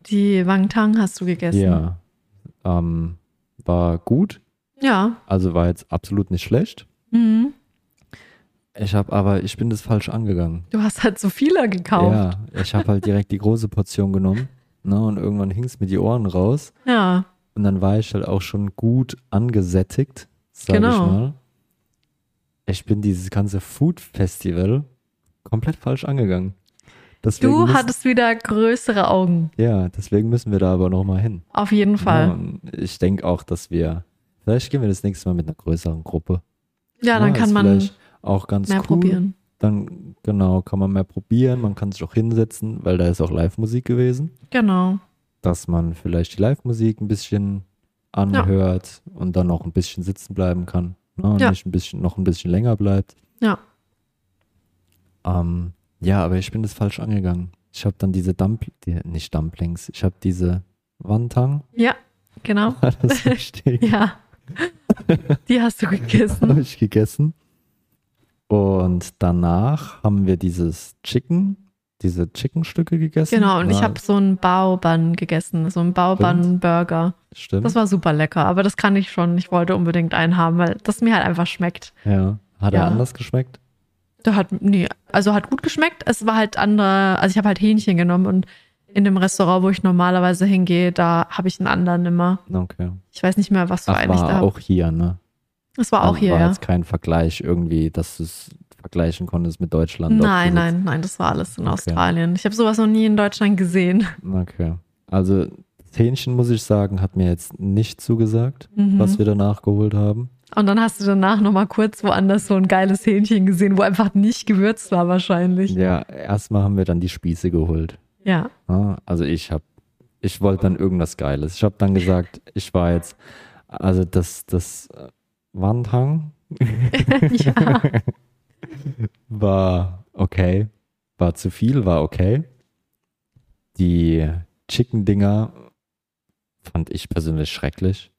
Speaker 1: Die Wang Tang hast du gegessen.
Speaker 2: Ja. Ähm, war gut,
Speaker 1: Ja.
Speaker 2: also war jetzt absolut nicht schlecht.
Speaker 1: Mhm.
Speaker 2: Ich habe aber, ich bin das falsch angegangen.
Speaker 1: Du hast halt so viele gekauft.
Speaker 2: Ja, ich habe halt direkt die große Portion genommen. Ne, und irgendwann hing es mir die Ohren raus.
Speaker 1: ja.
Speaker 2: Und dann war ich halt auch schon gut angesättigt, sag ich
Speaker 1: Genau.
Speaker 2: mal. Ich bin dieses ganze Food Festival komplett falsch angegangen. Deswegen
Speaker 1: Du
Speaker 2: müssen-
Speaker 1: hattest wieder größere Augen,
Speaker 2: ja, deswegen müssen wir da aber nochmal hin.
Speaker 1: auf jeden
Speaker 2: Ja,
Speaker 1: Fall.
Speaker 2: und ich denke auch, dass wir, vielleicht gehen wir das nächste Mal mit einer gröreren Gruppe.
Speaker 1: Ja, dann
Speaker 2: Ja,
Speaker 1: kann
Speaker 2: ist
Speaker 1: man
Speaker 2: vielleicht auch ganz
Speaker 1: mehr
Speaker 2: cool.
Speaker 1: probieren.
Speaker 2: Dann, genau, kann man mehr probieren, man kann sich auch hinsetzen, weil da ist auch Live-Musik gewesen,
Speaker 1: Genau.
Speaker 2: dass man vielleicht die Live-Musik ein bisschen anhört und dann auch ein bisschen sitzen bleiben kann. Ne? Und
Speaker 1: Ja.
Speaker 2: nicht ein bisschen, noch ein bisschen länger bleibt.
Speaker 1: Ja.
Speaker 2: Ähm, ja, aber ich bin das falsch angegangen. Ich habe dann diese Dumplings, die, nicht Dumplings, ich habe diese Wantang,
Speaker 1: Ja, genau.
Speaker 2: war das richtig?
Speaker 1: Ja. Die hast du gegessen.
Speaker 2: habe ich gegessen. Und danach haben wir dieses Chicken, diese Chicken-Stücke gegessen.
Speaker 1: Genau, und ich
Speaker 2: Ja,
Speaker 1: habe so einen Baoban gegessen, so einen Baoban-Burger.
Speaker 2: Stimmt.
Speaker 1: Das war super lecker, aber das kann ich schon. Ich wollte unbedingt einen haben, weil das mir halt einfach schmeckt.
Speaker 2: ja. Hat er
Speaker 1: Ja.
Speaker 2: anders geschmeckt?
Speaker 1: Der hat, nee, also hat gut geschmeckt. Es war halt andere, also ich habe halt Hähnchen genommen und in dem Restaurant, wo ich normalerweise hingehe, da habe ich einen anderen immer.
Speaker 2: Okay.
Speaker 1: Ich weiß nicht mehr, was für
Speaker 2: Ach,
Speaker 1: einen ich da
Speaker 2: war
Speaker 1: habe.
Speaker 2: auch hier, ne?
Speaker 1: Es war auch
Speaker 2: Also
Speaker 1: hier,
Speaker 2: War
Speaker 1: ja.
Speaker 2: jetzt kein Vergleich irgendwie, dass du es vergleichen konntest mit Deutschland.
Speaker 1: Nein,
Speaker 2: ob
Speaker 1: nein, nein, das war alles in
Speaker 2: Okay.
Speaker 1: Australien. Ich habe sowas noch nie in Deutschland gesehen.
Speaker 2: das jetzt- Okay. Also, das Hähnchen, muss ich sagen, hat mir jetzt nicht zugesagt,
Speaker 1: Mhm.
Speaker 2: was wir danach geholt haben.
Speaker 1: Und dann hast du danach nochmal kurz woanders so ein geiles Hähnchen gesehen, wo einfach nicht gewürzt war wahrscheinlich. Ja.
Speaker 2: Ja, erstmal haben wir dann die Spieße geholt. Ja, Also ich habe, ich wollte dann irgendwas Geiles. Ich habe dann gesagt, ich war jetzt, also das, das äh, Wandhang
Speaker 1: ja.
Speaker 2: war okay, war zu viel, war okay. Die Chicken Dinger fand ich persönlich schrecklich.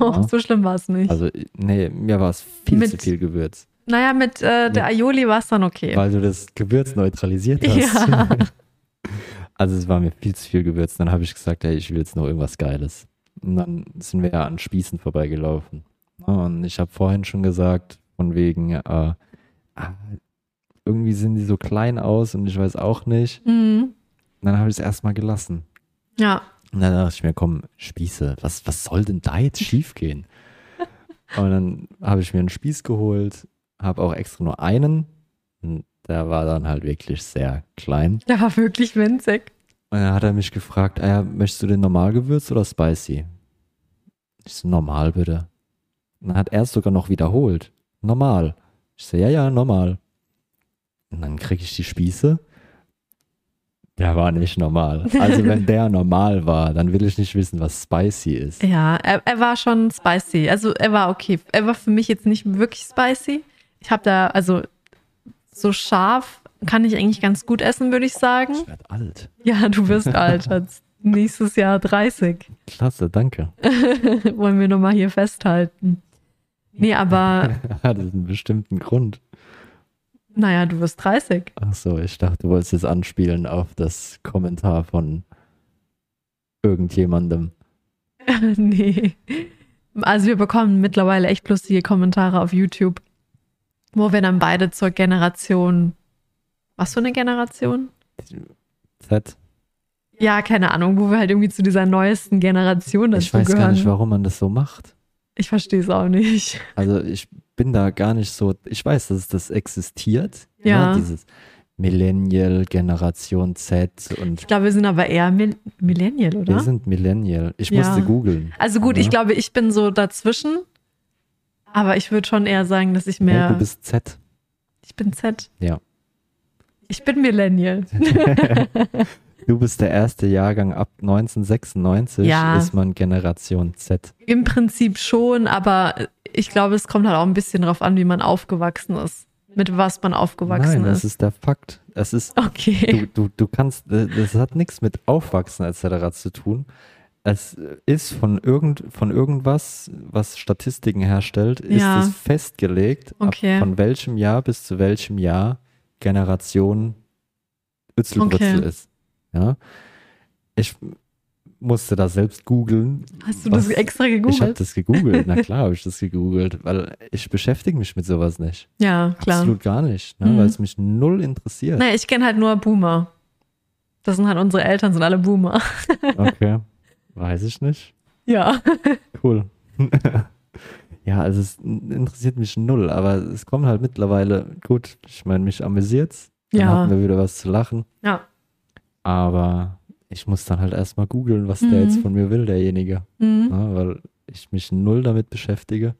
Speaker 1: Oh, so schlimm war es nicht.
Speaker 2: Also nee, mir war es viel
Speaker 1: Mit-
Speaker 2: zu viel Gewürz,
Speaker 1: naja, mit äh, der Aioli war es dann okay.
Speaker 2: weil du das Gewürz neutralisiert hast.
Speaker 1: Ja.
Speaker 2: Also es war mir viel zu viel Gewürz. Dann habe ich gesagt, hey, ich will jetzt noch irgendwas Geiles. Und dann sind wir ja an Spießen vorbeigelaufen. Und ich habe vorhin schon gesagt, von wegen, äh, ah, irgendwie sehen die so klein aus und ich weiß auch nicht.
Speaker 1: Mhm.
Speaker 2: Und dann habe ich es erstmal gelassen.
Speaker 1: Ja,
Speaker 2: Und dann dachte ich mir, komm, Spieße, was, was soll denn da jetzt schiefgehen? Und dann habe ich mir einen Spieß geholt, habe auch extra nur einen. Und der war dann halt wirklich sehr klein.
Speaker 1: der war wirklich winzig.
Speaker 2: Und dann hat er mich gefragt, ah ja, möchtest du den normal gewürzt oder spicy? Ich so, normal bitte. Und dann hat er es sogar noch wiederholt. Normal. Ich so, ja, ja, normal. Und dann kriege ich die Spieße. Der war nicht normal. Also wenn der normal war, dann will ich nicht wissen, was spicy ist.
Speaker 1: Ja, er, er war schon spicy. Also er war okay. Er war für mich jetzt nicht wirklich spicy. Ich habe da, also so scharf kann ich eigentlich ganz gut essen, würde ich sagen.
Speaker 2: Ich werde alt.
Speaker 1: Ja, du wirst alt. Schatz. Nächstes Jahr 30.
Speaker 2: Klasse, danke.
Speaker 1: Wollen wir nochmal hier festhalten. Nee, aber
Speaker 2: Hat einen bestimmten Grund.
Speaker 1: naja, du wirst 30.
Speaker 2: Ach so, ich dachte, du wolltest jetzt anspielen auf das Kommentar von irgendjemandem.
Speaker 1: nee. Also wir bekommen mittlerweile echt lustige Kommentare auf YouTube, wo wir dann beide zur Generation. Was für eine Generation?
Speaker 2: Z.
Speaker 1: Ja, keine Ahnung, wo wir halt irgendwie zu dieser neuesten Generation dazu
Speaker 2: Ich weiß
Speaker 1: gehören.
Speaker 2: gar nicht, warum man das so macht.
Speaker 1: Ich verstehe es auch nicht.
Speaker 2: Also ich bin da gar nicht so, ich weiß, dass das existiert. ne,
Speaker 1: Ja.
Speaker 2: Dieses Millennial, Generation Z und
Speaker 1: Ich glaube, wir sind aber eher Mil Millennial,
Speaker 2: wir
Speaker 1: oder?
Speaker 2: sind Millennial. Ich
Speaker 1: Ja.
Speaker 2: musste googeln.
Speaker 1: Also gut,
Speaker 2: Ja.
Speaker 1: ich glaube, ich bin so dazwischen, aber ich würde schon eher sagen, dass ich mehr.
Speaker 2: Hey, du bist Z.
Speaker 1: ich bin Z.
Speaker 2: Ja.
Speaker 1: Ich bin Millennial.
Speaker 2: Du bist der erste Jahrgang ab 1996
Speaker 1: Ja.
Speaker 2: ist man Generation Z.
Speaker 1: Im Prinzip schon, aber ich glaube, es kommt halt auch ein bisschen drauf an, wie man aufgewachsen ist. Mit was man aufgewachsen
Speaker 2: Nein, das
Speaker 1: ist.
Speaker 2: ist der Fakt. Es ist
Speaker 1: Okay.
Speaker 2: du, du, du kannst, äh, das hat nichts mit Aufwachsen etc. zu tun. Es äh, ist von, irgend, von irgendwas, was Statistiken herstellt, ist
Speaker 1: Ja.
Speaker 2: es festgelegt, ab
Speaker 1: Okay.
Speaker 2: von welchem Jahr bis zu welchem Jahr Generation Ützelbrützel
Speaker 1: Okay.
Speaker 2: ist. Ja? Ich musste da selbst googeln.
Speaker 1: Hast du das
Speaker 2: was-
Speaker 1: extra
Speaker 2: Ich habe
Speaker 1: gegoogelt?
Speaker 2: das gegoogelt. Na klar habe ich das gegoogelt, weil ich beschäftige mich mit sowas nicht.
Speaker 1: Ja, klar.
Speaker 2: Absolut gar nicht, ne?
Speaker 1: Mhm.
Speaker 2: weil es mich null interessiert.
Speaker 1: Naja, ich kenne halt nur Boomer. Das sind halt unsere Eltern, sind alle Boomer.
Speaker 2: Okay, weiß ich nicht.
Speaker 1: Ja.
Speaker 2: Cool. ja, also es n- interessiert mich null, aber es kommen halt mittlerweile, gut, ich meine, mich amüsiert's. Dann hatten
Speaker 1: Ja.
Speaker 2: wir wieder was zu lachen.
Speaker 1: Ja.
Speaker 2: Aber ich muss dann halt erstmal googeln, was der
Speaker 1: Mhm.
Speaker 2: jetzt von mir will, derjenige.
Speaker 1: Mhm.
Speaker 2: Ne, weil ich mich null damit beschäftige.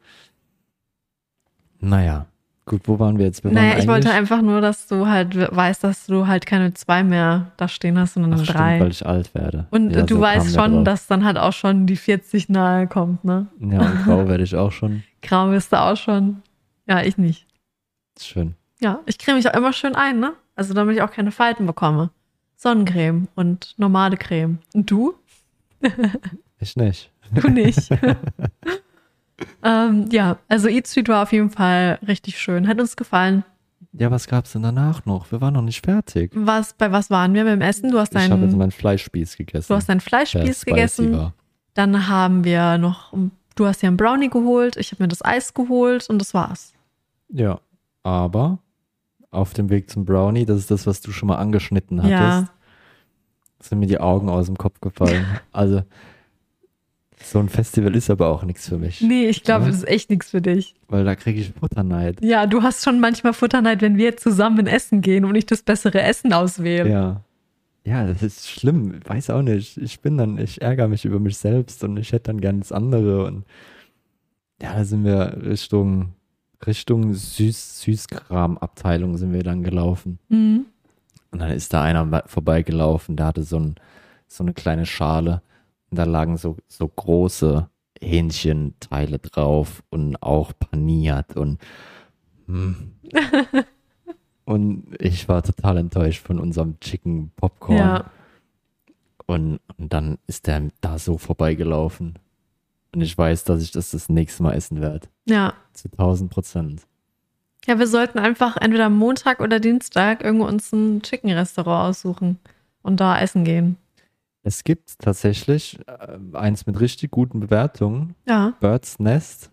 Speaker 2: Naja, Gut, wo waren wir jetzt? Wir
Speaker 1: naja,
Speaker 2: waren
Speaker 1: ich wollte
Speaker 2: eigentlich-
Speaker 1: einfach nur, dass du halt we- weißt, dass du halt keine zwei mehr da stehen hast, sondern
Speaker 2: Ach,
Speaker 1: nur
Speaker 2: stimmt,
Speaker 1: drei.
Speaker 2: weil ich alt werde.
Speaker 1: und
Speaker 2: Ja,
Speaker 1: äh, du
Speaker 2: so
Speaker 1: weißt
Speaker 2: kamen wir
Speaker 1: schon,
Speaker 2: drauf.
Speaker 1: dass dann halt auch schon die 40 nahe kommt, ne?
Speaker 2: Ja, und grau werde ich auch schon.
Speaker 1: Grau bist du auch schon. Ja, ich nicht.
Speaker 2: Ist schön.
Speaker 1: Ja, ich creme mich auch immer schön ein, ne? Also damit ich auch keine Falten bekomme. Sonnencreme und normale Creme. Und du?
Speaker 2: Ich nicht.
Speaker 1: Du nicht. ähm, ja, also Eat Street war auf jeden Fall richtig schön. Hat uns gefallen.
Speaker 2: Ja, was gab's denn danach noch? Wir waren noch nicht fertig.
Speaker 1: Was, bei was waren wir beim Essen? Du hast
Speaker 2: ich habe jetzt
Speaker 1: deinen,
Speaker 2: meinen Fleischspieß gegessen.
Speaker 1: du hast deinen
Speaker 2: der
Speaker 1: Fleischspieß
Speaker 2: spicy
Speaker 1: gegessen.
Speaker 2: War.
Speaker 1: Dann haben wir noch, du hast ja einen Brownie geholt, ich habe mir das Eis geholt und das war's.
Speaker 2: Ja, aber auf dem Weg zum Brownie, das ist das, was du schon mal angeschnitten hattest,
Speaker 1: Ja.
Speaker 2: sind mir die Augen aus dem Kopf gefallen. also, so ein Festival ist aber auch nichts für mich,
Speaker 1: Nee, ich glaube,
Speaker 2: Ja.
Speaker 1: das ist echt nichts für dich.
Speaker 2: weil da kriege ich Butterneid.
Speaker 1: Ja, du hast schon manchmal Futterneid, wenn wir zusammen essen gehen und ich das bessere Essen auswähle.
Speaker 2: Ja. Ja, das ist schlimm. Weiß auch nicht. Ich bin dann, ich ärgere mich über mich selbst und ich hätte dann gern das andere. Und ja, da sind wir Richtung, Richtung Süß, Süßkram-Abteilung sind wir dann gelaufen.
Speaker 1: Mhm.
Speaker 2: Und dann ist da einer wa- vorbeigelaufen, der hatte so, ein, so eine kleine Schale und da lagen so, so große Hähnchenteile drauf und auch paniert und hm. und ich war total enttäuscht von unserem Chicken Popcorn.
Speaker 1: Ja.
Speaker 2: Und, und dann ist der da so vorbeigelaufen. Und ich weiß, dass ich das das nächste Mal essen werde.
Speaker 1: ja.
Speaker 2: Zu 1000 Prozent.
Speaker 1: Ja, wir sollten einfach entweder am Montag oder Dienstag irgendwo uns ein Chicken-Restaurant aussuchen und da essen gehen.
Speaker 2: Es gibt tatsächlich äh, eins mit richtig guten Bewertungen.
Speaker 1: Ja.
Speaker 2: Bird's Nest.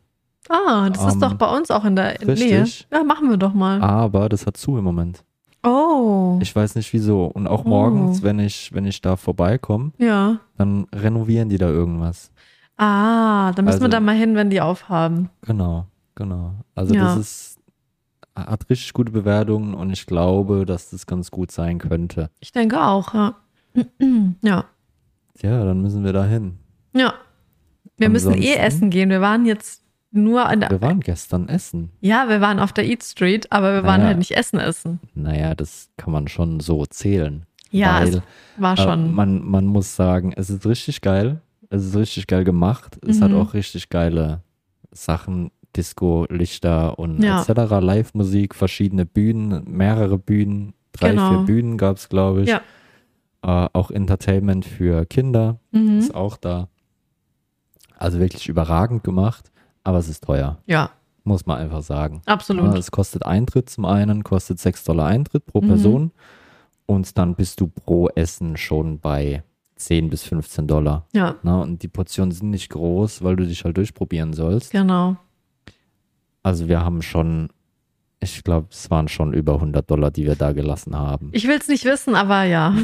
Speaker 1: Ah, das
Speaker 2: Ähm,
Speaker 1: ist doch bei uns auch in der Nähe.
Speaker 2: richtig.
Speaker 1: Ja, machen wir doch mal.
Speaker 2: Aber das hat zu im Moment.
Speaker 1: Oh.
Speaker 2: Ich weiß nicht wieso. Und auch
Speaker 1: Oh.
Speaker 2: morgens, wenn ich, wenn ich da vorbeikomme,
Speaker 1: ja.
Speaker 2: dann renovieren die da irgendwas.
Speaker 1: Ah, dann müssen
Speaker 2: Also-
Speaker 1: wir da mal hin, wenn die aufhaben.
Speaker 2: Genau, genau. Also
Speaker 1: Ja.
Speaker 2: das ist, hat richtig gute Bewertungen und ich glaube, dass das ganz gut sein könnte.
Speaker 1: Ich denke auch, ja. ja.
Speaker 2: Ja, dann müssen wir da hin.
Speaker 1: Ja. Wir müssen eh
Speaker 2: Ansonsten-
Speaker 1: essen gehen. Wir waren jetzt nur an der.
Speaker 2: Wir waren gestern essen.
Speaker 1: Ja, wir waren auf der Eat Street, aber wir waren
Speaker 2: Naja.
Speaker 1: halt nicht essen essen. Naja,
Speaker 2: Naja, das kann man schon so zählen.
Speaker 1: Ja,
Speaker 2: weil,
Speaker 1: es war
Speaker 2: Äh,
Speaker 1: schon.
Speaker 2: man, man muss sagen, es ist richtig geil. Es ist richtig geil gemacht. Es hat
Speaker 1: Mhm.
Speaker 2: auch richtig geile Sachen, Disco, Lichter und
Speaker 1: Ja.
Speaker 2: etc. Live-Musik, verschiedene Bühnen, mehrere Bühnen, drei,
Speaker 1: Genau.
Speaker 2: vier Bühnen gab es, glaube ich.
Speaker 1: Ja.
Speaker 2: Äh, auch Entertainment für Kinder
Speaker 1: mhm.
Speaker 2: ist auch da. Also wirklich überragend gemacht, aber es ist teuer,
Speaker 1: Ja,
Speaker 2: muss man einfach sagen. Ja,
Speaker 1: absolut.
Speaker 2: Ah, es kostet Eintritt zum einen, kostet 6 Dollar Eintritt pro
Speaker 1: Mhm.
Speaker 2: Person und dann bist du pro Essen schon bei 10 bis 15 Dollar.
Speaker 1: Ja,
Speaker 2: Na, und die Portionen sind nicht groß, weil du dich halt durchprobieren sollst.
Speaker 1: genau.
Speaker 2: Also wir haben schon, ich glaube, es waren schon über 100 Dollar, die wir da gelassen haben.
Speaker 1: Ich will es nicht wissen, aber ja.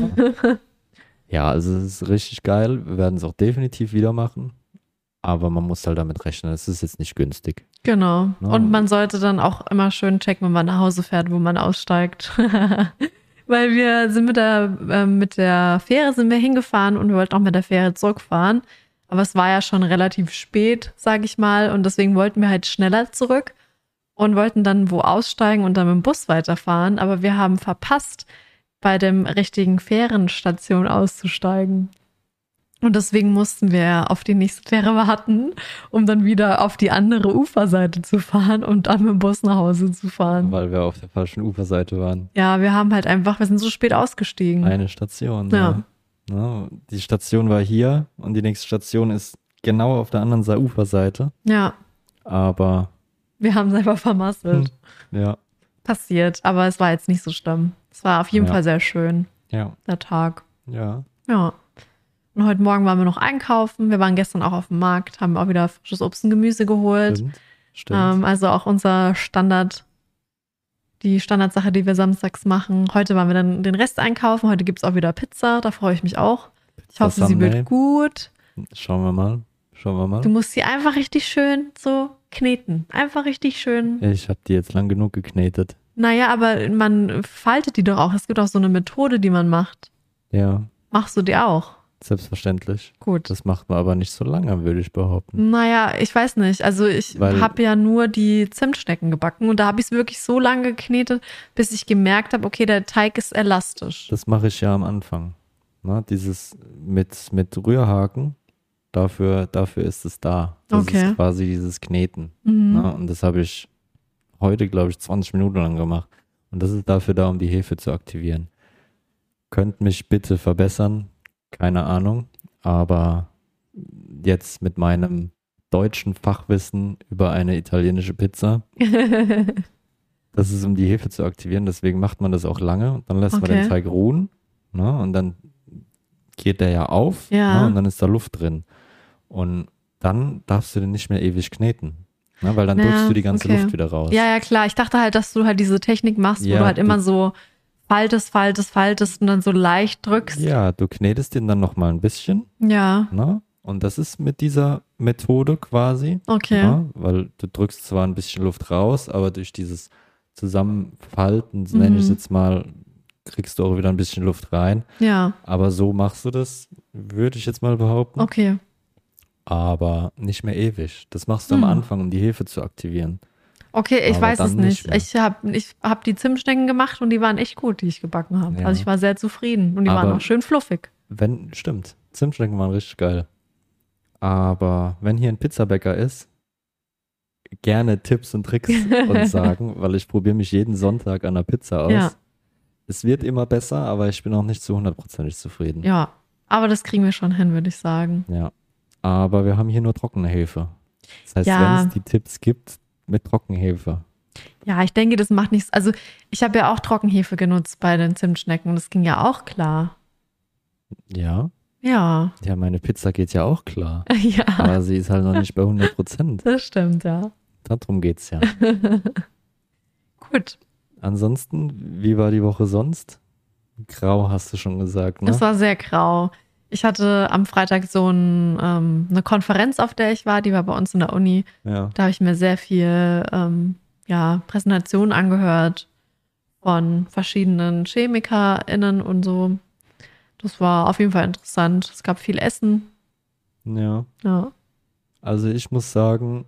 Speaker 2: Ja, also es ist richtig geil. Wir werden es auch definitiv wieder machen. Aber man muss halt damit rechnen, es ist jetzt nicht günstig.
Speaker 1: Genau.
Speaker 2: Ja.
Speaker 1: Und man sollte dann auch immer schön checken, wenn man nach Hause fährt, wo man aussteigt. Weil wir sind mit der, ähm, mit der Fähre sind wir hingefahren und wir wollten auch mit der Fähre zurückfahren. Aber es war ja schon relativ spät, sag ich mal. Und deswegen wollten wir halt schneller zurück und wollten dann wo aussteigen und dann mit dem Bus weiterfahren. Aber wir haben verpasst, bei dem richtigen Fährenstation auszusteigen. Und deswegen mussten wir auf die nächste Fähre warten um dann wieder auf die andere Uferseite zu fahren und dann mit dem Bus nach Hause zu fahren.
Speaker 2: Weil wir auf der falschen Uferseite waren.
Speaker 1: Ja, wir haben halt einfach, wir sind so spät ausgestiegen.
Speaker 2: Eine Station.
Speaker 1: Mhm. Ja.
Speaker 2: ja. Ja, die Station war hier und die nächste Station ist genau auf der anderen Sa- Uferseite.
Speaker 1: Ja,
Speaker 2: Aber
Speaker 1: wir haben es einfach vermasselt.
Speaker 2: ja,
Speaker 1: Passiert, aber es war jetzt nicht so schlimm. Es war auf jeden
Speaker 2: Ja.
Speaker 1: Fall sehr schön,
Speaker 2: ja,
Speaker 1: der Tag.
Speaker 2: ja.
Speaker 1: Ja. Und heute Morgen waren wir noch einkaufen. Wir waren gestern auch auf dem Markt, haben auch wieder frisches Obst und Gemüse geholt.
Speaker 2: Stimmt. Stimmt.
Speaker 1: Ähm, also auch unser Standard, die Standardsache, die wir samstags machen. Heute waren wir dann den Rest einkaufen. Heute gibt es auch wieder Pizza. Da freue ich mich auch. Ich hoffe, sie
Speaker 2: Thumbnail.
Speaker 1: wird gut.
Speaker 2: Schauen wir mal. Schauen wir
Speaker 1: Ähm. Du
Speaker 2: mal.
Speaker 1: musst sie einfach richtig schön so kneten. Einfach richtig schön.
Speaker 2: Ich habe die jetzt lang genug geknetet.
Speaker 1: Naja, aber man faltet die doch auch. Es gibt auch so eine Methode, die man macht.
Speaker 2: Ja.
Speaker 1: Machst du die auch?
Speaker 2: Selbstverständlich.
Speaker 1: Gut.
Speaker 2: Das macht man aber nicht so lange, würde ich behaupten.
Speaker 1: Naja, ich weiß nicht. Also ich
Speaker 2: Weil-
Speaker 1: habe ja nur die Zimtschnecken gebacken und da habe ich es wirklich so lange geknetet, bis ich gemerkt habe, okay, der Teig ist elastisch.
Speaker 2: Das mache ich ja am Anfang. Na, dieses mit, mit Rührhaken, dafür, dafür ist es da. Das
Speaker 1: Okay.
Speaker 2: ist quasi dieses Kneten.
Speaker 1: Mhm.
Speaker 2: Na, Ne? und das habe ich heute, glaube ich, 20 Minuten lang gemacht. Und das ist dafür da, um die Hefe zu aktivieren. Könnt mich bitte verbessern, keine Ahnung. Aber jetzt mit meinem deutschen Fachwissen über eine italienische Pizza, das ist, um die Hefe zu aktivieren. Deswegen macht man das auch lange. Und dann lässt man
Speaker 1: Okay.
Speaker 2: den Teig ruhen. Ne? Und dann geht der ja auf.
Speaker 1: Ja.
Speaker 2: Ne? Und dann ist da Luft drin. Und dann darfst du den nicht mehr ewig kneten. Ne? Weil dann
Speaker 1: Ja,
Speaker 2: drückst du die ganze
Speaker 1: okay.
Speaker 2: Luft wieder raus.
Speaker 1: ja, ja, klar. Ich dachte halt, dass du halt diese Technik machst, wo
Speaker 2: Ja,
Speaker 1: du halt
Speaker 2: du-
Speaker 1: immer so faltest, faltest, faltest und dann so leicht drückst.
Speaker 2: Ja, du knetest den dann nochmal ein bisschen.
Speaker 1: Ja,
Speaker 2: Ne? Und das ist mit dieser Methode quasi.
Speaker 1: okay.
Speaker 2: Ne? Weil du drückst zwar ein bisschen Luft raus, aber durch dieses Zusammenfalten, so nenne ich es
Speaker 1: Mhm.
Speaker 2: jetzt mal, kriegst du auch wieder ein bisschen Luft rein.
Speaker 1: Ja,
Speaker 2: Aber so machst du das, würde ich jetzt mal behaupten.
Speaker 1: okay.
Speaker 2: Aber nicht mehr ewig. Das machst du
Speaker 1: Hm.
Speaker 2: am Anfang, um die Hefe zu aktivieren.
Speaker 1: Okay, ich
Speaker 2: Aber
Speaker 1: weiß es
Speaker 2: dann nicht
Speaker 1: nicht.
Speaker 2: mehr.
Speaker 1: ich habe ich hab die Zimtschnecken gemacht und die waren echt gut, die ich gebacken habe.
Speaker 2: Ja.
Speaker 1: Also ich war sehr zufrieden und die waren
Speaker 2: Aber-
Speaker 1: auch schön fluffig.
Speaker 2: Wenn, stimmt, Zimtschnecken waren richtig geil. Aber wenn hier ein Pizzabäcker ist, gerne Tipps und Tricks uns sagen, weil ich probiere mich jeden Sonntag an der Pizza aus.
Speaker 1: Ja.
Speaker 2: Es wird immer besser, aber ich bin auch nicht zu hundertprozentig zufrieden.
Speaker 1: Ja, aber das kriegen wir schon hin, würde ich sagen.
Speaker 2: Ja. Aber wir haben hier nur trockene Hefe. Das heißt,
Speaker 1: Ja.
Speaker 2: wenn es die Tipps gibt, mit Trockenhefe.
Speaker 1: Ja, ich denke, das macht nichts. Also ich habe ja auch Trockenhefe genutzt bei den Zimtschnecken und das ging ja auch klar.
Speaker 2: Ja.
Speaker 1: Ja,
Speaker 2: Ja, meine Pizza geht ja auch klar.
Speaker 1: ja,
Speaker 2: Aber sie ist halt noch nicht bei 100 Prozent.
Speaker 1: das stimmt, ja.
Speaker 2: Darum geht's ja.
Speaker 1: Gut,
Speaker 2: Ansonsten, wie war die Woche sonst? Grau hast du schon gesagt, ne?
Speaker 1: es war sehr grau. Ich hatte am Freitag so ein, ähm, eine Konferenz, auf der ich war, die war bei uns in der Uni.
Speaker 2: ja.
Speaker 1: Da habe ich mir sehr viel ähm, ja, Präsentationen angehört von verschiedenen ChemikerInnen und so. Das war auf jeden Fall interessant. Es gab viel Essen.
Speaker 2: ja.
Speaker 1: Ja.
Speaker 2: Also ich muss sagen,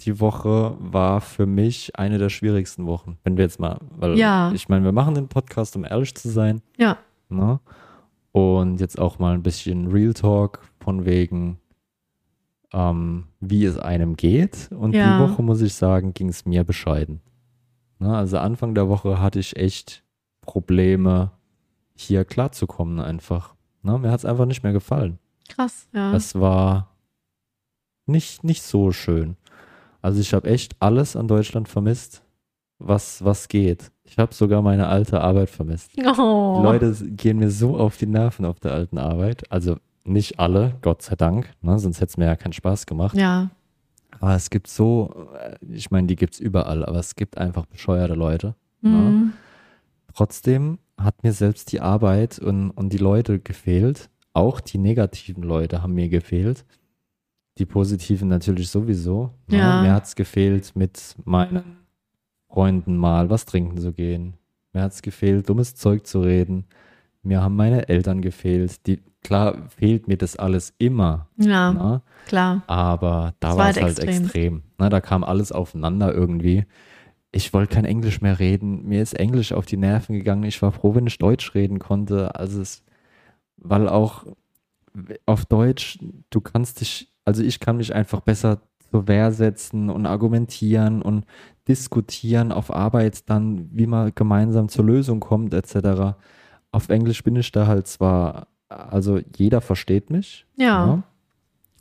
Speaker 2: die Woche war für mich eine der schwierigsten Wochen, wenn wir jetzt mal, weil
Speaker 1: Ja.
Speaker 2: ich meine, wir machen den Podcast, um ehrlich zu sein,
Speaker 1: Ja.
Speaker 2: ne? Und jetzt auch mal ein bisschen Real Talk von wegen, ähm, wie es einem geht. Und
Speaker 1: Ja.
Speaker 2: die Woche, muss ich sagen, ging es mir bescheiden. Ne? Also Anfang der Woche hatte ich echt Probleme, hier klarzukommen einfach. Ne? Mir hat es einfach nicht mehr gefallen.
Speaker 1: Krass, ja.
Speaker 2: Das war nicht, nicht so schön. Also ich habe echt alles an Deutschland vermisst, was, was geht. Ich habe sogar meine alte Arbeit vermisst.
Speaker 1: Oh.
Speaker 2: Die Leute s- gehen mir so auf die Nerven auf der alten Arbeit. Also nicht alle, Gott sei Dank, ne? sonst hätte es mir ja keinen Spaß gemacht.
Speaker 1: Ja,
Speaker 2: Aber es gibt so, äh, ich meine, die gibt es überall, aber es gibt einfach bescheuerte Leute.
Speaker 1: mhm.
Speaker 2: Trotzdem hat mir selbst die Arbeit und, und die Leute gefehlt. Auch die negativen Leute haben mir gefehlt. Die positiven natürlich sowieso. ne?
Speaker 1: Ja.
Speaker 2: Mir hat es gefehlt, mit meinen Freunden mal was trinken zu gehen. Mir hat es gefehlt, dummes Zeug zu reden. Mir haben meine Eltern gefehlt. Die, klar fehlt mir das alles immer.
Speaker 1: ja,
Speaker 2: ne?
Speaker 1: klar.
Speaker 2: Aber da
Speaker 1: Es
Speaker 2: war es halt extrem. Na, da kam alles aufeinander irgendwie. Ich wollte kein Englisch mehr reden. Mir ist Englisch auf die Nerven gegangen. Ich war froh, wenn ich Deutsch reden konnte. Also es, weil auch auf Deutsch, du kannst dich, also ich kann mich einfach besser zur Wehr setzen und argumentieren und diskutieren auf Arbeit dann, wie man gemeinsam zur Lösung kommt, etc. Auf Englisch bin ich da halt zwar, also jeder versteht mich,
Speaker 1: Ja.
Speaker 2: ja.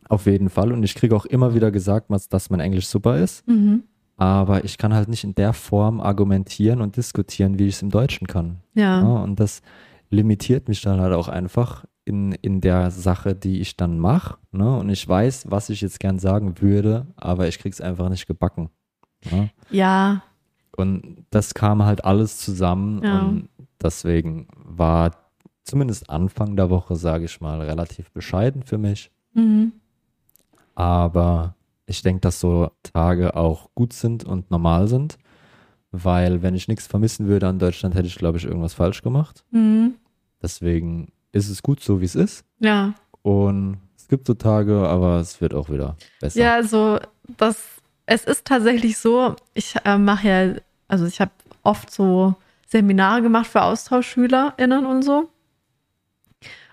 Speaker 2: Auf jeden Fall. Und ich kriege auch immer wieder gesagt, was- dass mein Englisch super ist.
Speaker 1: Mhm.
Speaker 2: Aber ich kann halt nicht in der Form argumentieren und diskutieren, wie ich es im Deutschen kann.
Speaker 1: Ja.
Speaker 2: Ja, und das limitiert mich dann halt auch einfach in, in der Sache, die ich dann mache. Ne? Und ich weiß, was ich jetzt gern sagen würde, aber ich krieg's einfach nicht gebacken. Ja?
Speaker 1: ja,
Speaker 2: Und das kam halt alles zusammen.
Speaker 1: Ja.
Speaker 2: Und deswegen war zumindest Anfang der Woche, sage ich mal, relativ bescheiden für mich.
Speaker 1: mhm.
Speaker 2: Aber ich denke, dass so Tage auch gut sind und normal sind, weil wenn ich nichts vermissen würde an Deutschland, hätte ich, glaube ich, irgendwas falsch gemacht.
Speaker 1: Mhm.
Speaker 2: Deswegen ist es gut so, wie es ist.
Speaker 1: ja,
Speaker 2: Und es gibt so Tage, aber es wird auch wieder besser.
Speaker 1: Ja, also das, es ist tatsächlich so, ich äh, mache ja, also ich habe oft so Seminare gemacht für AustauschschülerInnen und so.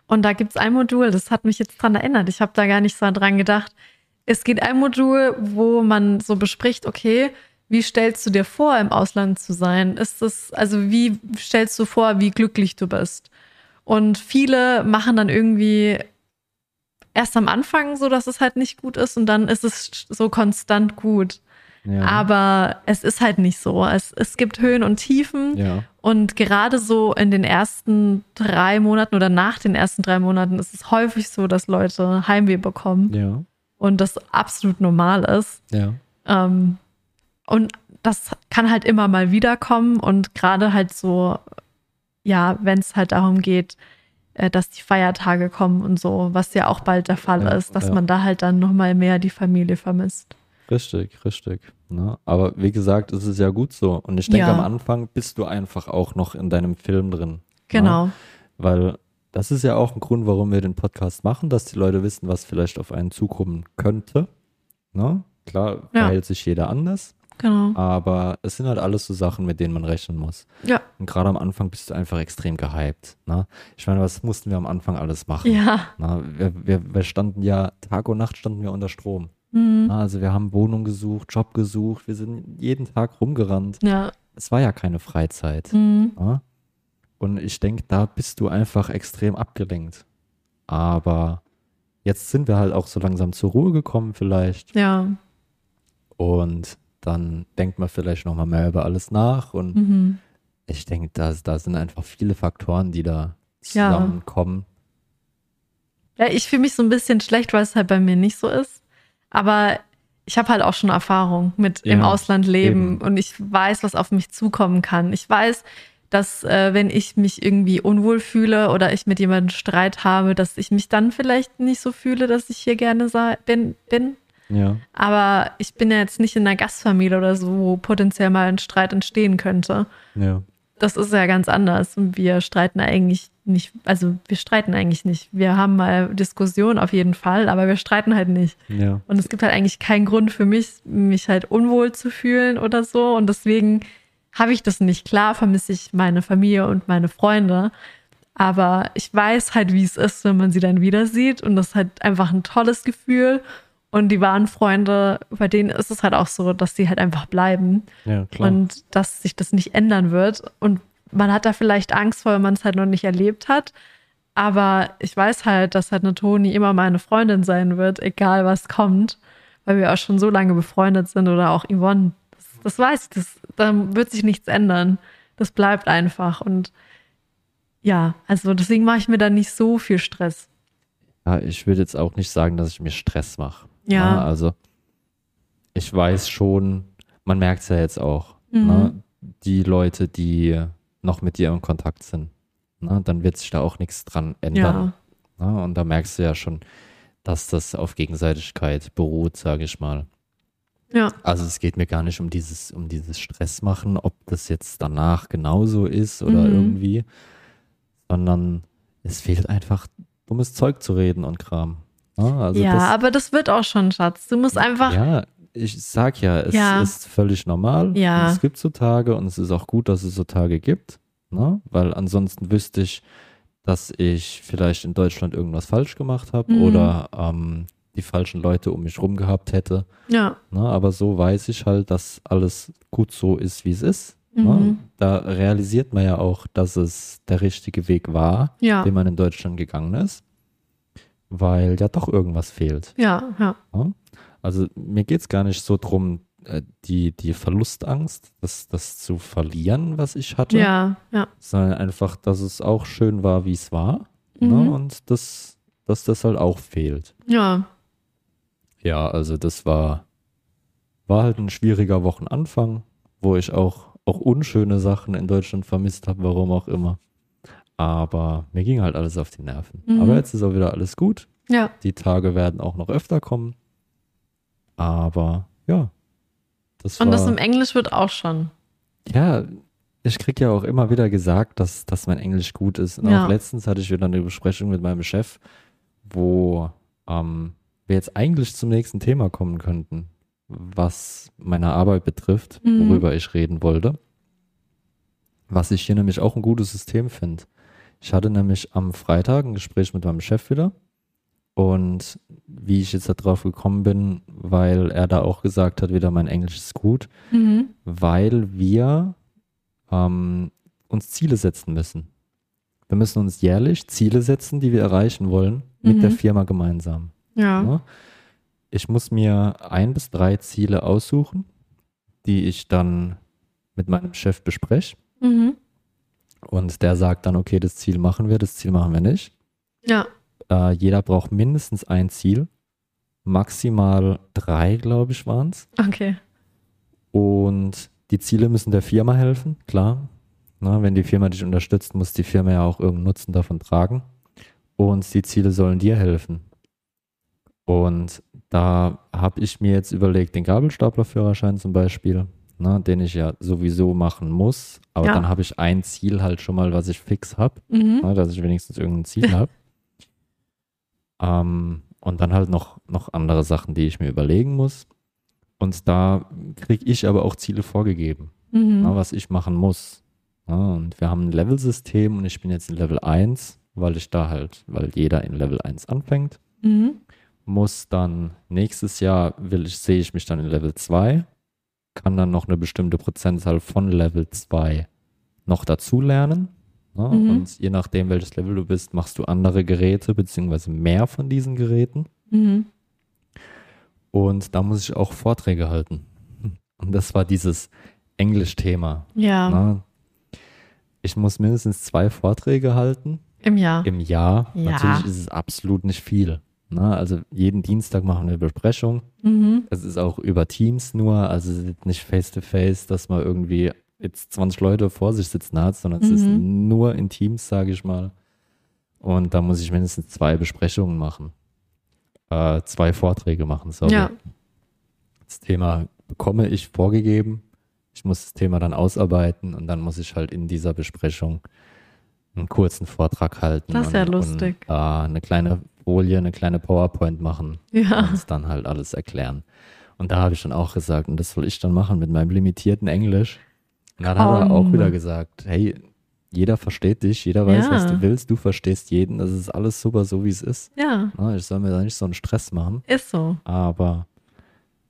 Speaker 1: Und da gibt es ein Modul, das hat mich jetzt dran erinnert. Ich habe da gar nicht so dran gedacht. Es geht ein Modul, wo man so bespricht, okay, wie stellst du dir vor, im Ausland zu sein? Ist das, also wie stellst du vor, wie glücklich du bist? Und viele machen dann irgendwie erst am Anfang so, dass es halt nicht gut ist und dann ist es so konstant gut.
Speaker 2: ja.
Speaker 1: Aber es ist halt nicht so. Es, es gibt Höhen und Tiefen.
Speaker 2: ja.
Speaker 1: Und gerade so in den ersten drei Monaten oder nach den ersten drei Monaten ist es häufig so, dass Leute Heimweh bekommen
Speaker 2: Ja.
Speaker 1: und das absolut normal ist.
Speaker 2: Ja.
Speaker 1: Ähm, und das kann halt immer mal wiederkommen und gerade halt so, ja, wenn es halt darum geht, äh, dass die Feiertage kommen und so, was ja auch bald der Fall
Speaker 2: Ja,
Speaker 1: ist, dass
Speaker 2: ja.
Speaker 1: man da halt dann nochmal mehr die Familie vermisst.
Speaker 2: Richtig, richtig. Ne? Aber wie gesagt, es ist ja gut so. Und ich denke,
Speaker 1: Ja.
Speaker 2: am Anfang bist du einfach auch noch in deinem Film drin.
Speaker 1: Genau.
Speaker 2: Weil das ist ja auch ein Grund, warum wir den Podcast machen, dass die Leute wissen, was vielleicht auf einen zukommen könnte. Ne? Klar,
Speaker 1: Ja.
Speaker 2: verhält sich jeder anders,
Speaker 1: Genau.
Speaker 2: aber es sind halt alles so Sachen, mit denen man rechnen muss.
Speaker 1: Ja.
Speaker 2: Und gerade am Anfang bist du einfach extrem gehypt. Ne? Ich meine, was mussten wir am Anfang alles machen?
Speaker 1: Ja.
Speaker 2: Na, wir, wir, wir standen ja, Tag und Nacht standen wir unter Strom.
Speaker 1: Mhm.
Speaker 2: Na, Also wir haben Wohnung gesucht, Job gesucht, wir sind jeden Tag rumgerannt.
Speaker 1: Ja.
Speaker 2: Es war ja keine Freizeit.
Speaker 1: Mhm.
Speaker 2: Ja? Und ich denke, da bist du einfach extrem abgelenkt. Aber jetzt sind wir halt auch so langsam zur Ruhe gekommen vielleicht.
Speaker 1: Ja.
Speaker 2: Und dann denkt man vielleicht nochmal mehr über alles nach. Und
Speaker 1: Mhm.
Speaker 2: ich denke, da, da sind einfach viele Faktoren, die da
Speaker 1: Ja.
Speaker 2: zusammenkommen.
Speaker 1: Ja, ich fühle mich so ein bisschen schlecht, weil es halt bei mir nicht so ist. Aber ich habe halt auch schon Erfahrung mit im
Speaker 2: Ja,
Speaker 1: Ausland leben
Speaker 2: eben.
Speaker 1: und ich weiß, was auf mich zukommen kann. Ich weiß, dass äh, wenn ich mich irgendwie unwohl fühle oder ich mit jemandem Streit habe, dass ich mich dann vielleicht nicht so fühle, dass ich hier gerne sei, bin, bin.
Speaker 2: Ja.
Speaker 1: Aber ich bin ja jetzt nicht in einer Gastfamilie oder so, wo potenziell mal ein Streit entstehen könnte.
Speaker 2: Ja.
Speaker 1: Das ist ja ganz anders. Und wir streiten eigentlich nicht, also wir streiten eigentlich nicht. Wir haben mal Diskussionen auf jeden Fall, aber wir streiten halt nicht.
Speaker 2: Ja.
Speaker 1: Und es gibt halt eigentlich keinen Grund für mich, mich halt unwohl zu fühlen oder so. Und deswegen habe ich das nicht. Klar vermisse ich meine Familie und meine Freunde. Aber ich weiß halt, wie es ist, wenn man sie dann wieder sieht. Und das ist halt einfach ein tolles Gefühl. Und die wahren Freunde, bei denen ist es halt auch so, dass sie halt einfach bleiben
Speaker 2: Ja, klar.
Speaker 1: und dass sich das nicht ändern wird. Und man hat da vielleicht Angst vor, wenn man es halt noch nicht erlebt hat. Aber ich weiß halt, dass halt eine Toni immer meine Freundin sein wird, egal was kommt, weil wir auch schon so lange befreundet sind oder auch Yvonne. Das, das weiß ich, das, da wird sich nichts ändern. Das bleibt einfach. Und ja, also deswegen mache ich mir da nicht so viel Stress.
Speaker 2: Ja, ich würde jetzt auch nicht sagen, dass ich mir Stress mache.
Speaker 1: Ja.
Speaker 2: Ne, also, ich weiß schon, man merkt es ja jetzt auch.
Speaker 1: Mhm.
Speaker 2: Ne? Die Leute, die noch mit dir in Kontakt sind, ne? dann wird sich da auch nichts dran ändern. Ne? Und da merkst du ja schon, dass das auf Gegenseitigkeit beruht, sage ich mal.
Speaker 1: Ja,
Speaker 2: Also es geht mir gar nicht um dieses, um dieses Stress machen, ob das jetzt danach genauso ist oder
Speaker 1: Mhm.
Speaker 2: irgendwie, sondern es fehlt einfach dummes Zeug zu reden und Kram. Ne? Also
Speaker 1: ja
Speaker 2: das,
Speaker 1: aber das wird auch schon, Schatz. Du musst einfach,
Speaker 2: ja, ich sag ja, es
Speaker 1: Ja.
Speaker 2: ist völlig normal.
Speaker 1: Ja.
Speaker 2: Und es gibt so Tage und es ist auch gut, dass es so Tage gibt, ne? weil ansonsten wüsste ich, dass ich vielleicht in Deutschland irgendwas falsch gemacht habe
Speaker 1: Mhm.
Speaker 2: oder ähm, die falschen Leute um mich rum gehabt hätte.
Speaker 1: ja,
Speaker 2: Ne? Aber so weiß ich halt, dass alles gut so ist, wie es ist. Ne?
Speaker 1: Mhm.
Speaker 2: Da realisiert man ja auch, dass es der richtige Weg war,
Speaker 1: ja,
Speaker 2: den man in Deutschland gegangen ist, weil ja doch irgendwas fehlt.
Speaker 1: ja, ja.
Speaker 2: Also mir geht es gar nicht so drum, äh, die, die Verlustangst, das, das zu verlieren, was ich hatte,
Speaker 1: Ja, ja.
Speaker 2: sondern einfach, dass es auch schön war, wie es war.
Speaker 1: Mhm.
Speaker 2: Ne? Und das, dass das halt auch fehlt.
Speaker 1: Ja,
Speaker 2: Ja, also das war, war halt ein schwieriger Wochenanfang, wo ich auch, auch unschöne Sachen in Deutschland vermisst habe, warum auch immer. Aber mir ging halt alles auf die Nerven.
Speaker 1: Mhm.
Speaker 2: Aber jetzt ist auch wieder alles gut.
Speaker 1: ja.
Speaker 2: Die Tage werden auch noch öfter kommen. Aber ja, das war.
Speaker 1: Und das im Englisch wird auch schon.
Speaker 2: ja, ich kriege ja auch immer wieder gesagt, dass, dass mein Englisch gut ist. Und
Speaker 1: Ja.
Speaker 2: auch letztens hatte ich wieder eine Besprechung mit meinem Chef, wo ähm, wir jetzt eigentlich zum nächsten Thema kommen könnten, was meine Arbeit betrifft,
Speaker 1: Mhm.
Speaker 2: worüber ich reden wollte. Was ich hier nämlich auch ein gutes System finde. Ich hatte nämlich am Freitag ein Gespräch mit meinem Chef wieder. Und wie ich jetzt darauf gekommen bin, weil er da auch gesagt hat, wieder mein Englisch ist gut,
Speaker 1: Mhm.
Speaker 2: weil wir ähm, uns Ziele setzen müssen. Wir müssen uns jährlich Ziele setzen, die wir erreichen wollen, mit
Speaker 1: Mhm.
Speaker 2: der Firma gemeinsam.
Speaker 1: Ja.
Speaker 2: Ne? Ich muss mir ein bis drei Ziele aussuchen, die ich dann mit meinem Chef bespreche.
Speaker 1: Mhm.
Speaker 2: Und der sagt dann, okay, das Ziel machen wir, das Ziel machen wir nicht.
Speaker 1: Ja.
Speaker 2: Äh, jeder braucht mindestens ein Ziel. Maximal drei, glaube ich, waren es.
Speaker 1: Okay.
Speaker 2: Und die Ziele müssen der Firma helfen, klar. Na, wenn die Firma dich unterstützt, muss die Firma ja auch irgendeinen Nutzen davon tragen. Und die Ziele sollen dir helfen. Und da habe ich mir jetzt überlegt, den Gabelstaplerführerschein zum Beispiel, na, den ich ja sowieso machen muss. Aber
Speaker 1: Ja.
Speaker 2: dann habe ich ein Ziel halt schon mal, was ich fix habe.
Speaker 1: Mhm.
Speaker 2: Ne, dass ich wenigstens irgendein Ziel habe. ähm, und dann halt noch, noch andere Sachen, die ich mir überlegen muss. Und da kriege ich aber auch Ziele vorgegeben, ne,
Speaker 1: Mhm.
Speaker 2: was ich machen muss. Ne, und wir haben ein Level-System und ich bin jetzt in Level 1, weil ich da halt, weil jeder in Level 1 anfängt,
Speaker 1: Mhm.
Speaker 2: muss dann nächstes Jahr will ich, sehe ich mich dann in Level 2, kann dann noch eine bestimmte Prozentzahl von Level 2 noch dazu lernen. Ne?
Speaker 1: Mhm.
Speaker 2: Und je nachdem, welches Level du bist, machst du andere Geräte, beziehungsweise mehr von diesen Geräten.
Speaker 1: Mhm.
Speaker 2: Und da muss ich auch Vorträge halten. Hm. Und das war dieses Englisch-Thema.
Speaker 1: Ja.
Speaker 2: Ne? Ich muss mindestens zwei Vorträge halten
Speaker 1: Im Jahr.
Speaker 2: im Jahr.
Speaker 1: Ja.
Speaker 2: Natürlich ist es absolut nicht viel. Ne? Also jeden Dienstag machen wir eine Besprechung.
Speaker 1: Mhm.
Speaker 2: Es ist auch über Teams nur, also es ist nicht face-to-face, dass man irgendwie jetzt 20 Leute vor sich sitzen hat, sondern es ist
Speaker 1: Mhm.
Speaker 2: nur in Teams, sage ich mal. Und da muss ich mindestens zwei Besprechungen machen. Äh, zwei Vorträge machen, sorry.
Speaker 1: Ja.
Speaker 2: Das Thema bekomme ich vorgegeben. Ich muss das Thema dann ausarbeiten und dann muss ich halt in dieser Besprechung einen kurzen Vortrag halten.
Speaker 1: Das ist ja
Speaker 2: und,
Speaker 1: lustig.
Speaker 2: Und, äh, eine kleine Folie, eine kleine PowerPoint machen
Speaker 1: Ja.
Speaker 2: uns dann halt alles erklären. Und da habe ich dann auch gesagt, und das soll ich dann machen mit meinem limitierten Englisch. Und dann hat er
Speaker 1: Komm.
Speaker 2: auch wieder gesagt, hey, jeder versteht dich, jeder weiß,
Speaker 1: Ja.
Speaker 2: was du willst, du verstehst jeden, das ist alles super, so wie es ist.
Speaker 1: Ja.
Speaker 2: Na, Ich soll mir da nicht so einen Stress machen,
Speaker 1: Ist so.
Speaker 2: aber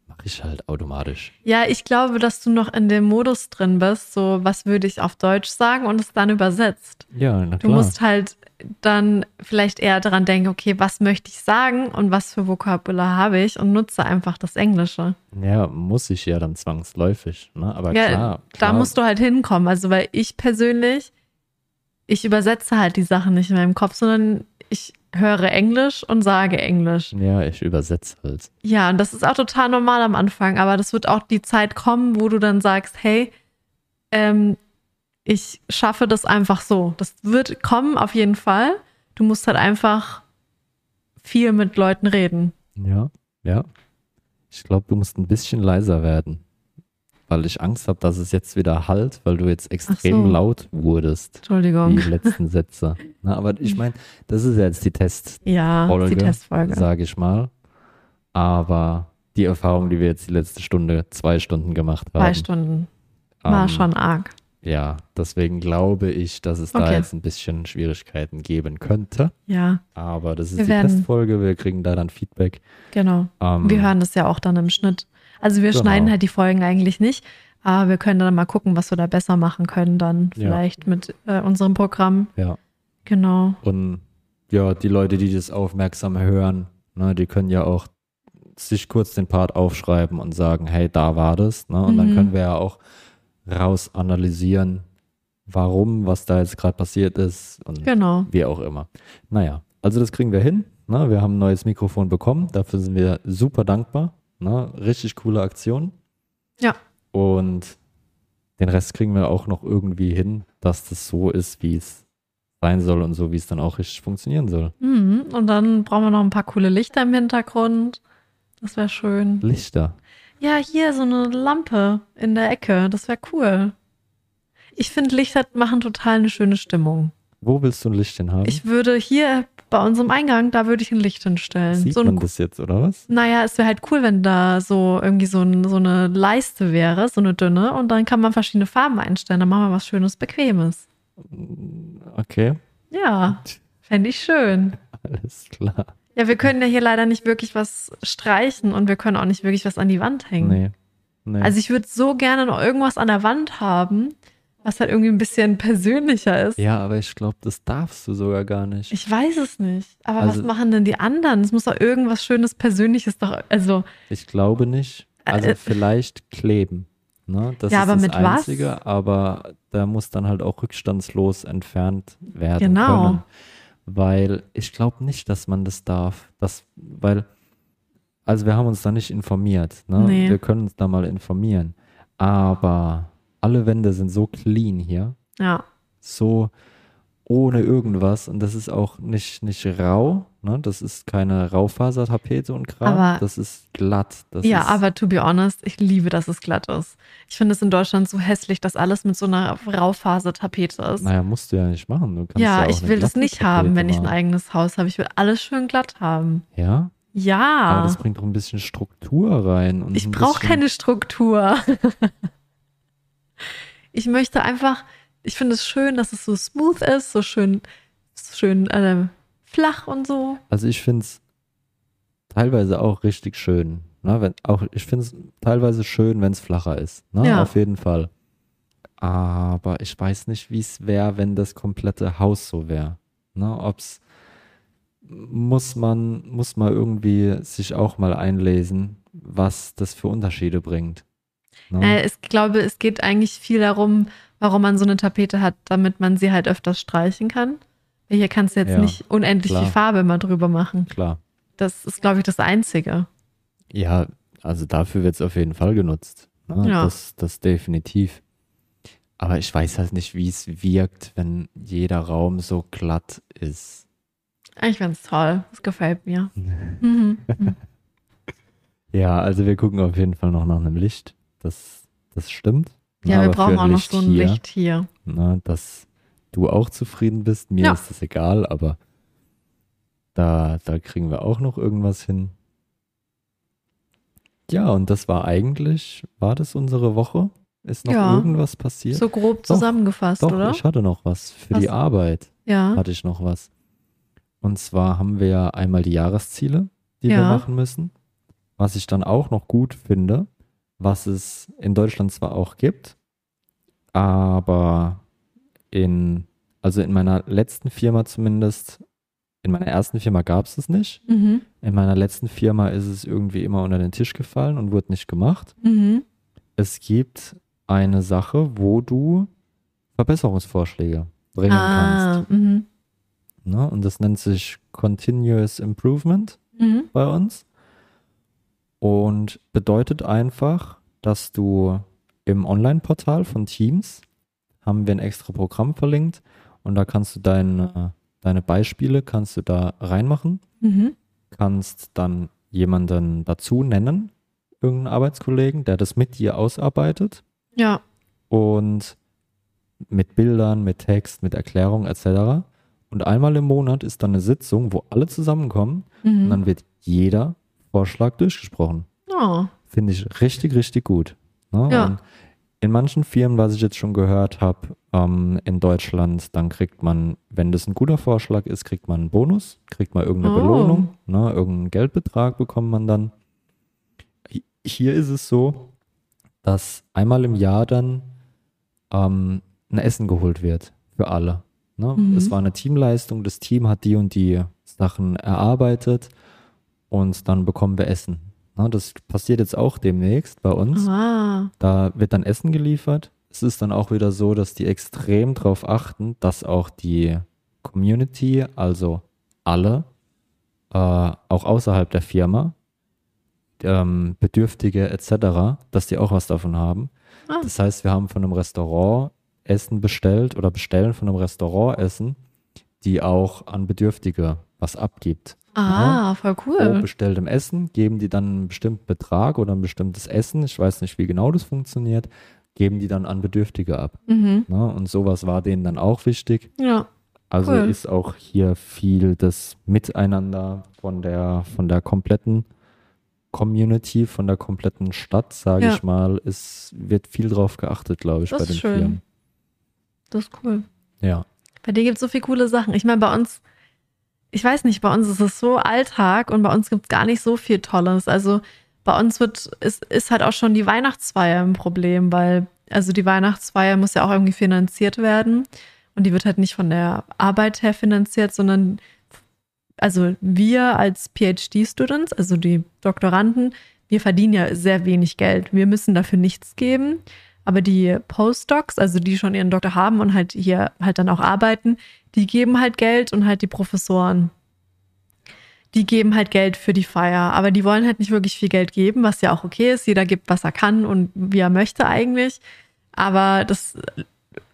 Speaker 2: mache ich halt automatisch.
Speaker 1: Ja, ich glaube, dass du noch in dem Modus drin bist, so was würde ich auf Deutsch sagen und es dann übersetzt.
Speaker 2: Ja, na
Speaker 1: Du
Speaker 2: klar.
Speaker 1: musst halt dann vielleicht eher daran denken, okay, was möchte ich sagen und was für Vokabular habe ich und nutze einfach das Englische.
Speaker 2: ja, muss ich ja dann zwangsläufig. Ne? Aber
Speaker 1: Ja,
Speaker 2: klar,
Speaker 1: Da
Speaker 2: klar,
Speaker 1: musst du halt hinkommen. Also, weil ich persönlich, ich übersetze halt die Sachen nicht in meinem Kopf, sondern ich höre Englisch und sage Englisch.
Speaker 2: Ja, ich übersetze halt.
Speaker 1: Ja, und das ist auch total normal am Anfang, aber das wird auch die Zeit kommen, wo du dann sagst, hey, ähm, ich schaffe das einfach so. Das wird kommen auf jeden Fall. Du musst halt einfach viel mit Leuten reden.
Speaker 2: Ja, ja. Ich glaube, du musst ein bisschen leiser werden, weil ich Angst habe, dass es jetzt wieder halt, weil du jetzt extrem
Speaker 1: so.
Speaker 2: laut wurdest. Die
Speaker 1: Entschuldigung.
Speaker 2: letzten Sätze. Na, aber ich meine, das ist jetzt die Testfolge,
Speaker 1: Ja, die Testfolge.
Speaker 2: sage ich mal. Aber die Erfahrung, die wir jetzt die letzte Stunde, zwei Stunden gemacht haben,
Speaker 1: Zwei Stunden. War
Speaker 2: ähm,
Speaker 1: schon arg.
Speaker 2: Ja, deswegen glaube ich, dass es da
Speaker 1: Okay.
Speaker 2: jetzt ein bisschen Schwierigkeiten geben könnte.
Speaker 1: Ja,
Speaker 2: Aber das ist
Speaker 1: Wir
Speaker 2: die
Speaker 1: werden-
Speaker 2: Testfolge, wir kriegen da dann Feedback.
Speaker 1: genau.
Speaker 2: Ähm,
Speaker 1: Wir hören das ja auch dann im Schnitt. Also wir
Speaker 2: Genau.
Speaker 1: schneiden halt die Folgen eigentlich nicht, aber wir können dann mal gucken, was wir da besser machen können, dann
Speaker 2: Ja.
Speaker 1: vielleicht mit äh, unserem Programm.
Speaker 2: Ja.
Speaker 1: Genau.
Speaker 2: Und ja, die Leute, die das aufmerksam hören, ne, die können ja auch sich kurz den Part aufschreiben und sagen, hey, da war das. Ne? Und
Speaker 1: Mhm.
Speaker 2: dann können wir ja auch raus analysieren, warum, was da jetzt gerade passiert ist und
Speaker 1: Genau.
Speaker 2: wie auch immer. Naja, also das kriegen wir hin. Ne? Wir haben ein neues Mikrofon bekommen. Dafür sind wir super dankbar. Ne? Richtig coole Aktion.
Speaker 1: Ja.
Speaker 2: Und den Rest kriegen wir auch noch irgendwie hin, dass das so ist, wie es sein soll und so, wie es dann auch richtig funktionieren soll.
Speaker 1: Mhm. Und dann brauchen wir noch ein paar coole Lichter im Hintergrund. Das wäre schön.
Speaker 2: Lichter.
Speaker 1: Ja, hier so eine Lampe
Speaker 2: Mhm.
Speaker 1: in der Ecke. Das wäre cool. Ich finde, Lichter machen total eine schöne Stimmung.
Speaker 2: Wo willst du ein Licht hin haben?
Speaker 1: Ich würde hier bei unserem Eingang, da würde ich ein Licht hinstellen.
Speaker 2: Sieht
Speaker 1: so ein,
Speaker 2: man das jetzt, oder was?
Speaker 1: naja, es wäre halt cool, wenn da so irgendwie so, ein, so eine Leiste wäre, so eine dünne. Und dann kann man verschiedene Farben einstellen. Dann machen wir was Schönes, Bequemes.
Speaker 2: Okay,
Speaker 1: Ja, fände ich schön.
Speaker 2: alles klar.
Speaker 1: Ja, wir können ja hier leider nicht wirklich was streichen und wir können auch nicht wirklich was an die Wand hängen.
Speaker 2: Nee. nee.
Speaker 1: Also ich würde so gerne noch irgendwas an der Wand haben, was halt irgendwie ein bisschen persönlicher ist.
Speaker 2: ja, aber ich glaube, das darfst du sogar gar nicht.
Speaker 1: Ich weiß es nicht. Aber
Speaker 2: Also-
Speaker 1: was machen denn die anderen? Es muss doch irgendwas Schönes, Persönliches doch. Also,
Speaker 2: Ich glaube nicht. Also
Speaker 1: Äh, äh.
Speaker 2: vielleicht kleben. Ne? Das
Speaker 1: Ja,
Speaker 2: ist
Speaker 1: aber
Speaker 2: das
Speaker 1: mit was?
Speaker 2: Einzige, aber da muss dann halt auch rückstandslos entfernt werden
Speaker 1: Genau.
Speaker 2: können. Weil ich glaube nicht, dass man das darf. Das, weil, also wir haben uns da nicht informiert. Ne?
Speaker 1: Nee.
Speaker 2: Wir können uns da mal informieren. Aber alle Wände sind so clean hier,
Speaker 1: ja.
Speaker 2: so ohne irgendwas. Und das ist auch nicht, nicht rau. Ne? Das ist keine Raufasertapete und Kram.
Speaker 1: Aber-
Speaker 2: das ist glatt. Das
Speaker 1: ja,
Speaker 2: ist,
Speaker 1: aber to be honest, ich liebe, dass es glatt ist. Ich finde es in Deutschland so hässlich, dass alles mit so einer Raufasertapete ist.
Speaker 2: Naja, musst du ja nicht machen. Du kannst ja,
Speaker 1: ja,
Speaker 2: auch
Speaker 1: ich
Speaker 2: eine
Speaker 1: will das
Speaker 2: glatte
Speaker 1: nicht haben,
Speaker 2: Tapete
Speaker 1: wenn ich ein
Speaker 2: machen.
Speaker 1: eigenes Haus habe. Ich will alles schön glatt haben.
Speaker 2: Ja, aber
Speaker 1: Ja,
Speaker 2: das bringt doch ein bisschen Struktur rein. Und
Speaker 1: Ah. ich
Speaker 2: ein
Speaker 1: brauche
Speaker 2: bisschen-
Speaker 1: keine Struktur. ich möchte einfach, ich finde es schön, dass es so smooth ist, so schön, so schön äh, flach und so.
Speaker 2: Also ich finde es teilweise auch richtig schön. Ne? Wenn, auch, ich finde es teilweise schön, wenn es flacher ist. Ne?
Speaker 1: Ja.
Speaker 2: Auf jeden Fall. Aber ich weiß nicht, wie es wäre, wenn das komplette Haus so wäre. Ne? Ob's muss man, muss man irgendwie sich auch mal einlesen, was das für Unterschiede bringt. Ne?
Speaker 1: Äh, es- ich glaube, es geht eigentlich viel darum, warum man so eine Tapete hat, damit man sie halt öfters streichen kann. Hier kannst du jetzt
Speaker 2: Ja,
Speaker 1: nicht unendlich
Speaker 2: klar.
Speaker 1: viel Farbe immer drüber machen.
Speaker 2: Klar.
Speaker 1: Das ist, glaube ich, das Einzige.
Speaker 2: Ja, also dafür wird es auf jeden Fall genutzt. Ne?
Speaker 1: Ja.
Speaker 2: Das, das definitiv. Aber ich weiß halt nicht, wie es wirkt, wenn jeder Raum so glatt ist.
Speaker 1: Ich finde es toll. Es gefällt mir. Mhm.
Speaker 2: Ja, also wir gucken auf jeden Fall noch nach einem Licht. Das, das stimmt.
Speaker 1: Ja, wir
Speaker 2: Na, aber für
Speaker 1: brauchen auch noch so ein
Speaker 2: hier,
Speaker 1: Licht hier.
Speaker 2: Na, ne, dass du auch zufrieden bist. Mir
Speaker 1: Ja.
Speaker 2: ist das egal, aber da, da kriegen wir auch noch irgendwas hin. Ja, und das war eigentlich, war das unsere Woche? Ist noch
Speaker 1: Ja.
Speaker 2: irgendwas passiert?
Speaker 1: So grob
Speaker 2: Doch,
Speaker 1: zusammengefasst,
Speaker 2: Doch,
Speaker 1: oder?
Speaker 2: ich hatte noch was. Für die
Speaker 1: Was?
Speaker 2: Arbeit
Speaker 1: Ja.
Speaker 2: hatte ich noch was. Und zwar haben wir ja einmal die Jahresziele, die wir
Speaker 1: Ja.
Speaker 2: machen müssen. Was ich dann auch noch gut finde, was es in Deutschland zwar auch gibt, aber in, also in meiner letzten Firma zumindest, in meiner ersten Firma gab es es nicht.
Speaker 1: Mhm.
Speaker 2: In meiner letzten Firma ist es irgendwie immer unter den Tisch gefallen und wurde nicht gemacht.
Speaker 1: Mhm.
Speaker 2: Es gibt eine Sache, wo du Verbesserungsvorschläge bringen
Speaker 1: Ah, mhm.
Speaker 2: kannst. Ne? Und das nennt sich Continuous Improvement
Speaker 1: Mhm.
Speaker 2: bei uns und bedeutet einfach, dass du im Online-Portal von Teams haben wir ein extra Programm verlinkt und da kannst du deine, deine Beispiele kannst du da reinmachen,
Speaker 1: Mhm.
Speaker 2: kannst dann jemanden dazu nennen, irgendeinen Arbeitskollegen, der das mit dir ausarbeitet
Speaker 1: Ja.
Speaker 2: und mit Bildern, mit Text, mit Erklärung etc. Und einmal im Monat ist dann eine Sitzung, wo alle zusammenkommen und
Speaker 1: Mhm.
Speaker 2: dann wird jeder Vorschlag durchgesprochen.
Speaker 1: Oh.
Speaker 2: Finde ich richtig, richtig gut. Ne?
Speaker 1: Ja.
Speaker 2: Und in manchen Firmen, was ich jetzt schon gehört habe, ähm, in Deutschland, dann kriegt man, wenn das ein guter Vorschlag ist, kriegt man einen Bonus, kriegt man irgendeine
Speaker 1: Oh.
Speaker 2: Belohnung, ne? irgendeinen Geldbetrag bekommt man dann. Hi- Hier ist es so, dass einmal im Jahr dann ähm, ein Essen geholt wird für alle. Ne?
Speaker 1: Mhm.
Speaker 2: Es war eine Teamleistung, das Team hat die und die Sachen erarbeitet und dann bekommen wir Essen. Ne? Das passiert jetzt auch demnächst bei uns.
Speaker 1: Ah.
Speaker 2: Da wird dann Essen geliefert. Es ist dann auch wieder so, dass die extrem darauf achten, dass auch die Community, also alle, äh, auch außerhalb der Firma, ähm, Bedürftige etc., dass die auch was davon haben.
Speaker 1: Ah.
Speaker 2: Das heißt, wir haben von einem Restaurant Essen bestellt oder bestellen von einem Restaurant Essen, die auch an Bedürftige was abgibt
Speaker 1: Ah, voll
Speaker 2: pro
Speaker 1: cool.
Speaker 2: bestelltem Essen, geben die dann einen bestimmten Betrag oder ein bestimmtes Essen, ich weiß nicht, wie genau das funktioniert, geben die dann an Bedürftige ab.
Speaker 1: Mhm.
Speaker 2: Ne? Und sowas war denen dann auch wichtig.
Speaker 1: Ja.
Speaker 2: Also
Speaker 1: Cool.
Speaker 2: ist auch hier viel das Miteinander von der, von der kompletten Community, von der kompletten Stadt, sage
Speaker 1: Ja.
Speaker 2: ich mal, ist, wird viel drauf geachtet, glaube ich,
Speaker 1: Das
Speaker 2: bei
Speaker 1: ist
Speaker 2: den
Speaker 1: schön.
Speaker 2: Firmen.
Speaker 1: Das ist cool.
Speaker 2: Ja.
Speaker 1: Bei dir gibt es so viele coole Sachen. Ich meine, bei uns, ich weiß nicht, bei uns ist es so Alltag und bei uns gibt es gar nicht so viel Tolles. Also bei uns wird, ist, ist halt auch schon die Weihnachtsfeier ein Problem, weil, also die Weihnachtsfeier muss ja auch irgendwie finanziert werden. Und die wird halt nicht von der Arbeit her finanziert, sondern also wir als PhD-Students, also die Doktoranden, wir verdienen ja sehr wenig Geld. Wir müssen dafür nichts geben. Aber die Postdocs, also die schon ihren Doktor haben und halt hier halt dann auch arbeiten, die geben halt Geld und halt die Professoren. Die geben halt Geld für die Feier, aber die wollen halt nicht wirklich viel Geld geben, was ja auch okay ist. Jeder gibt, was er kann und wie er möchte eigentlich. Aber das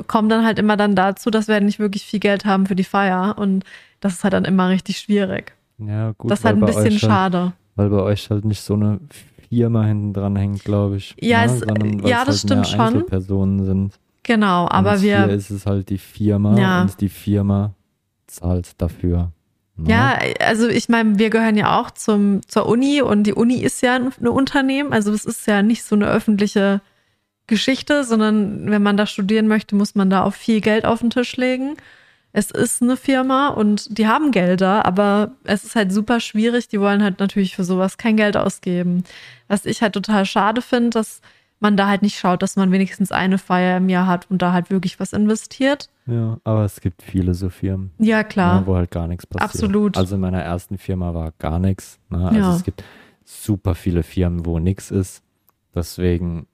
Speaker 1: kommt dann halt immer dann dazu, dass wir halt nicht wirklich viel Geld haben für die Feier. Und das ist halt dann immer richtig schwierig.
Speaker 2: Ja, gut.
Speaker 1: das ist halt ein
Speaker 2: weil bei
Speaker 1: bisschen
Speaker 2: euch halt-
Speaker 1: schade.
Speaker 2: Weil bei euch halt nicht so eine Firma hinten dran hängt, glaube ich.
Speaker 1: Ja,
Speaker 2: ne?
Speaker 1: es-
Speaker 2: Sondern weil
Speaker 1: ja, das
Speaker 2: es halt mehr
Speaker 1: stimmt schon.
Speaker 2: Einzelpersonen sind.
Speaker 1: Genau,
Speaker 2: und
Speaker 1: aber wir.
Speaker 2: Hier ist es halt die Firma
Speaker 1: Ja.
Speaker 2: und die Firma zahlt dafür. ne?
Speaker 1: Ja, also ich meine, wir gehören ja auch zum, zur Uni und die Uni ist ja ein ein Unternehmen. Also es ist ja nicht so eine öffentliche Geschichte, sondern wenn man da studieren möchte, muss man da auch viel Geld auf den Tisch legen. Es ist eine Firma und die haben Gelder, aber es ist halt super schwierig. Die wollen halt natürlich für sowas kein Geld ausgeben. Was ich halt total schade finde, dass man da halt nicht schaut, dass man wenigstens eine Feier im Jahr hat und da halt wirklich was investiert.
Speaker 2: ja. Aber es gibt viele so Firmen.
Speaker 1: Ja, klar.
Speaker 2: Ne, wo halt gar nichts passiert.
Speaker 1: Absolut.
Speaker 2: Also in meiner ersten Firma war gar nichts. Ne? Also
Speaker 1: Ja.
Speaker 2: es gibt super viele Firmen, wo nichts ist. Deswegen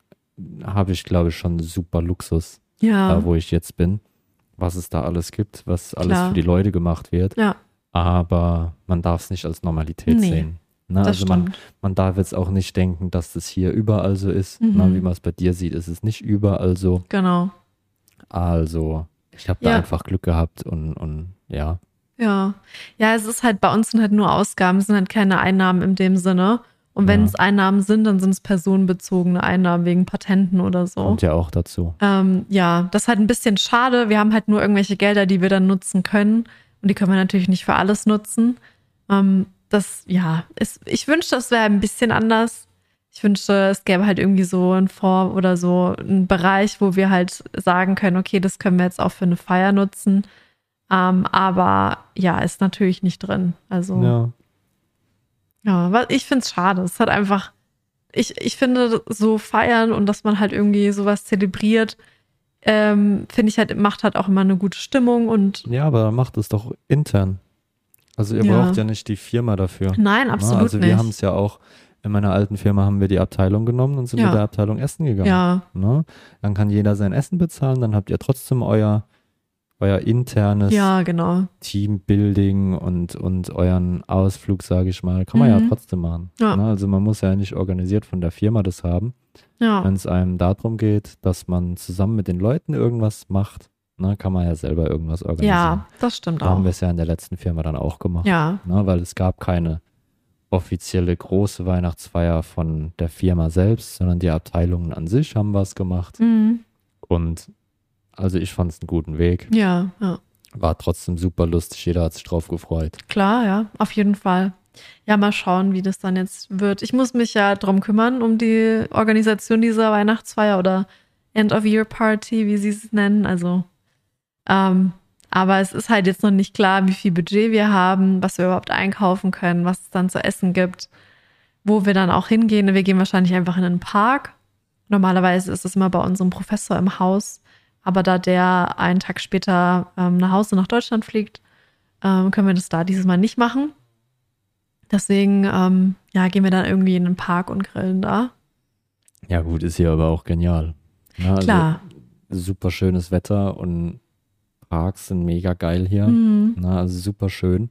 Speaker 2: habe ich, glaube ich, schon super Luxus,
Speaker 1: ja.
Speaker 2: da wo ich jetzt bin, was es da alles gibt, was alles
Speaker 1: Klar.
Speaker 2: für die Leute gemacht wird.
Speaker 1: Ja.
Speaker 2: Aber man darf es nicht als Normalität
Speaker 1: Nee,
Speaker 2: sehen. Ne?
Speaker 1: das
Speaker 2: Also man,
Speaker 1: stimmt.
Speaker 2: man darf jetzt auch nicht denken, dass das hier überall so ist.
Speaker 1: Mhm.
Speaker 2: Ne? Wie man es bei dir sieht, ist es nicht überall so.
Speaker 1: Genau.
Speaker 2: Also ich habe
Speaker 1: Ja.
Speaker 2: da einfach Glück gehabt und, und ja.
Speaker 1: Ja. Ja, es ist halt, bei uns sind halt nur Ausgaben, es sind halt keine Einnahmen in dem Sinne. Und wenn
Speaker 2: Ja.
Speaker 1: es Einnahmen sind, dann sind es personenbezogene Einnahmen wegen Patenten oder so.
Speaker 2: Kommt ja auch dazu.
Speaker 1: Ähm, ja, das ist halt ein bisschen schade. Wir haben halt nur irgendwelche Gelder, die wir dann nutzen können. Und die können wir natürlich nicht für alles nutzen. Ähm, das, ja, ist, ich wünschte, es wäre ein bisschen anders. Ich wünschte, es gäbe halt irgendwie so ein Vor- oder so einen Bereich, wo wir halt sagen können, okay, das können wir jetzt auch für eine Feier nutzen. Ähm, aber ja, ist natürlich nicht drin. Also.
Speaker 2: Ja.
Speaker 1: Ja, wa- ich find's schade. Es hat einfach, ich, ich finde, so feiern und dass man halt irgendwie sowas zelebriert, ähm, finde ich halt, macht halt auch immer eine gute Stimmung und
Speaker 2: Ja, aber dann macht es doch intern. Also ihr
Speaker 1: Ja.
Speaker 2: braucht ja nicht die Firma dafür.
Speaker 1: nein,
Speaker 2: Ne?
Speaker 1: absolut
Speaker 2: also wir haben
Speaker 1: nicht.
Speaker 2: es ja auch, in meiner alten Firma haben wir die Abteilung genommen und sind
Speaker 1: Ja.
Speaker 2: mit der Abteilung Essen gegangen.
Speaker 1: Ja,
Speaker 2: Ne? Dann kann jeder sein Essen bezahlen, dann habt ihr trotzdem euer, euer internes
Speaker 1: ja, genau.
Speaker 2: Teambuilding und, und euren Ausflug, sage ich mal. Kann man
Speaker 1: Mhm.
Speaker 2: ja trotzdem machen.
Speaker 1: Ja.
Speaker 2: Ne? Also man muss ja nicht organisiert von der Firma das haben.
Speaker 1: Ja,
Speaker 2: Wenn es einem darum geht, dass man zusammen mit den Leuten irgendwas macht, ne, kann man ja selber irgendwas organisieren.
Speaker 1: ja das stimmt
Speaker 2: Da haben
Speaker 1: auch.
Speaker 2: wir es ja in der letzten Firma dann auch gemacht.
Speaker 1: Ja,
Speaker 2: Ne, weil es gab keine offizielle große Weihnachtsfeier von der Firma selbst, sondern die Abteilungen an sich haben was gemacht.
Speaker 1: mhm.
Speaker 2: Und also ich fand es einen guten Weg.
Speaker 1: ja, ja.
Speaker 2: War trotzdem super lustig, jeder hat sich drauf gefreut.
Speaker 1: Klar, ja, auf jeden Fall. Ja, mal schauen, wie das dann jetzt wird. Ich muss mich ja drum kümmern, um die Organisation dieser Weihnachtsfeier oder End-of-Year-Party, wie sie es nennen. Also, ähm, aber es ist halt jetzt noch nicht klar, wie viel Budget wir haben, was wir überhaupt einkaufen können, was es dann zu essen gibt, wo wir dann auch hingehen. Wir gehen wahrscheinlich einfach in einen Park. Normalerweise ist es immer bei unserem Professor im Haus. Aber da der einen Tag später ähm, nach Hause nach Deutschland fliegt, ähm, können wir das da dieses Mal nicht machen. Deswegen, ähm, ja, gehen wir dann irgendwie in den Park und grillen da.
Speaker 2: Ja gut, ist hier aber auch genial. Ne, also
Speaker 1: Klar.
Speaker 2: Super schönes Wetter und Parks sind mega geil hier.
Speaker 1: Mhm.
Speaker 2: Na, also super schön.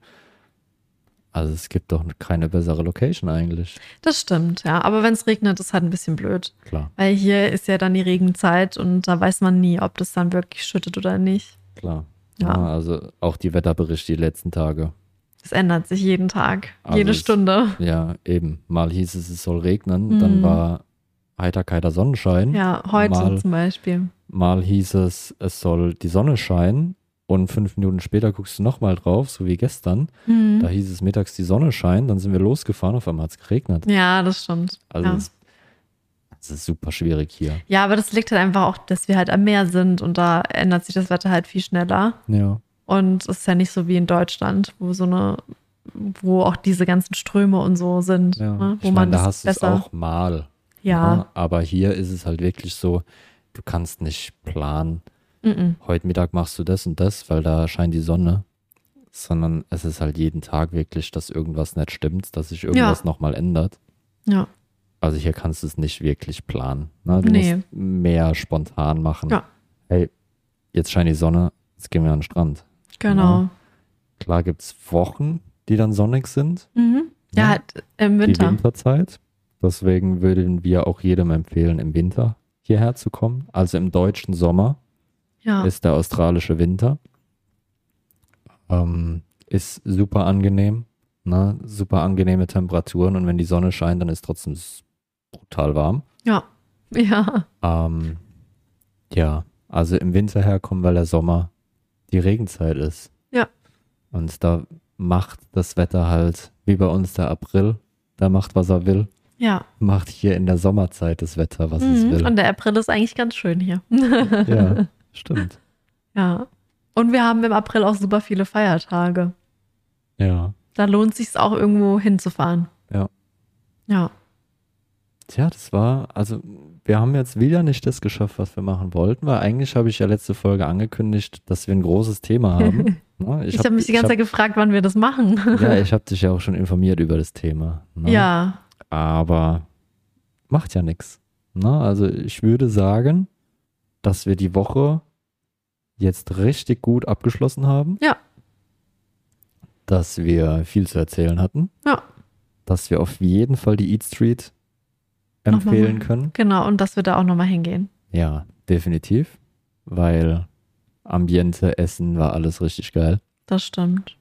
Speaker 2: Also es gibt doch keine bessere Location eigentlich.
Speaker 1: Das stimmt, ja. Aber wenn es regnet, ist halt ein bisschen blöd.
Speaker 2: Klar,
Speaker 1: Weil hier ist ja dann die Regenzeit und da weiß man nie, ob das dann wirklich schüttet oder nicht.
Speaker 2: klar.
Speaker 1: Ja.
Speaker 2: Na, also auch die Wetterberichte die letzten Tage.
Speaker 1: Es ändert sich jeden Tag,
Speaker 2: Also
Speaker 1: jede
Speaker 2: es-
Speaker 1: Stunde.
Speaker 2: Ja, eben. Mal hieß es, es soll regnen,
Speaker 1: Mhm.
Speaker 2: dann war heiterkeiter Sonnenschein.
Speaker 1: Ja, heute
Speaker 2: Hm? Mal-
Speaker 1: zum Beispiel.
Speaker 2: Mal hieß es, es soll die Sonne scheinen Und fünf Minuten später guckst du nochmal drauf, so wie gestern. Da
Speaker 1: Mhm.
Speaker 2: hieß es mittags, die Sonne scheint, dann sind wir losgefahren, auf einmal hat es geregnet.
Speaker 1: Ja, das stimmt.
Speaker 2: Also
Speaker 1: ja.
Speaker 2: es, es ist super schwierig hier.
Speaker 1: ja, aber das liegt halt einfach auch, dass wir halt am Meer sind und da ändert sich das Wetter halt viel schneller.
Speaker 2: Ja.
Speaker 1: Und es ist ja nicht so wie in Deutschland, wo so eine, wo auch diese ganzen Ströme und so sind, ne? wo
Speaker 2: ich
Speaker 1: man
Speaker 2: meine, da
Speaker 1: das
Speaker 2: hast du es
Speaker 1: besser.
Speaker 2: auch mal.
Speaker 1: ja.
Speaker 2: ne? Aber hier ist es halt wirklich so, du kannst nicht planen,
Speaker 1: Mhm.
Speaker 2: heute Mittag machst du das und das, weil da scheint die Sonne. Sondern es ist halt jeden Tag wirklich, dass irgendwas nicht stimmt, dass sich irgendwas
Speaker 1: Ja.
Speaker 2: nochmal ändert.
Speaker 1: Ja.
Speaker 2: Also hier kannst du es nicht wirklich planen. Ne? Du
Speaker 1: Nee.
Speaker 2: musst mehr spontan machen.
Speaker 1: Ja.
Speaker 2: Hey, jetzt scheint die Sonne, jetzt gehen wir an den Strand.
Speaker 1: Genau.
Speaker 2: Klar gibt es Wochen, die dann sonnig sind,
Speaker 1: Mhm. Ja,
Speaker 2: Ja.
Speaker 1: halt im
Speaker 2: die
Speaker 1: Winter.
Speaker 2: Winterzeit. Deswegen würden wir auch jedem empfehlen, im Winter hierher zu kommen. Also im deutschen Sommer
Speaker 1: Ja.
Speaker 2: ist der australische Winter. Ähm, ist super angenehm, ne? super angenehme Temperaturen und wenn die Sonne scheint, dann ist trotzdem s- brutal warm.
Speaker 1: ja. Ja.
Speaker 2: Ähm, ja, also im Winter herkommen, weil der Sommer die Regenzeit ist.
Speaker 1: Ja.
Speaker 2: Und da macht das Wetter halt, wie bei uns der April, da macht, was er will,
Speaker 1: Ja.
Speaker 2: macht hier in der Sommerzeit das Wetter, was es
Speaker 1: Mhm.
Speaker 2: will.
Speaker 1: Und der April ist eigentlich ganz schön hier.
Speaker 2: ja, stimmt.
Speaker 1: ja. Und wir haben im April auch super viele Feiertage.
Speaker 2: Ja.
Speaker 1: Da lohnt sich auch irgendwo hinzufahren.
Speaker 2: Ja.
Speaker 1: Ja.
Speaker 2: Tja, das war, also wir haben jetzt wieder nicht das geschafft, was wir machen wollten, weil eigentlich habe ich ja letzte Folge angekündigt, dass wir ein großes Thema haben. Ne?
Speaker 1: Ich, habe mich die ganze Zeit gefragt, wann wir das machen.
Speaker 2: hab, Ja, ich habe dich ja auch schon informiert über das Thema. Ne?
Speaker 1: ja.
Speaker 2: Aber macht ja nichts. Ne? Also ich würde sagen, dass wir die Woche jetzt richtig gut abgeschlossen haben.
Speaker 1: Ja.
Speaker 2: Dass wir viel zu erzählen hatten.
Speaker 1: Ja.
Speaker 2: Dass wir auf jeden Fall die Eat Street
Speaker 1: Nochmal
Speaker 2: empfehlen
Speaker 1: machen.
Speaker 2: können.
Speaker 1: Genau. Und dass wir da auch nochmal hingehen.
Speaker 2: Ja, definitiv. Weil Ambiente, Essen war alles richtig geil.
Speaker 1: Das stimmt.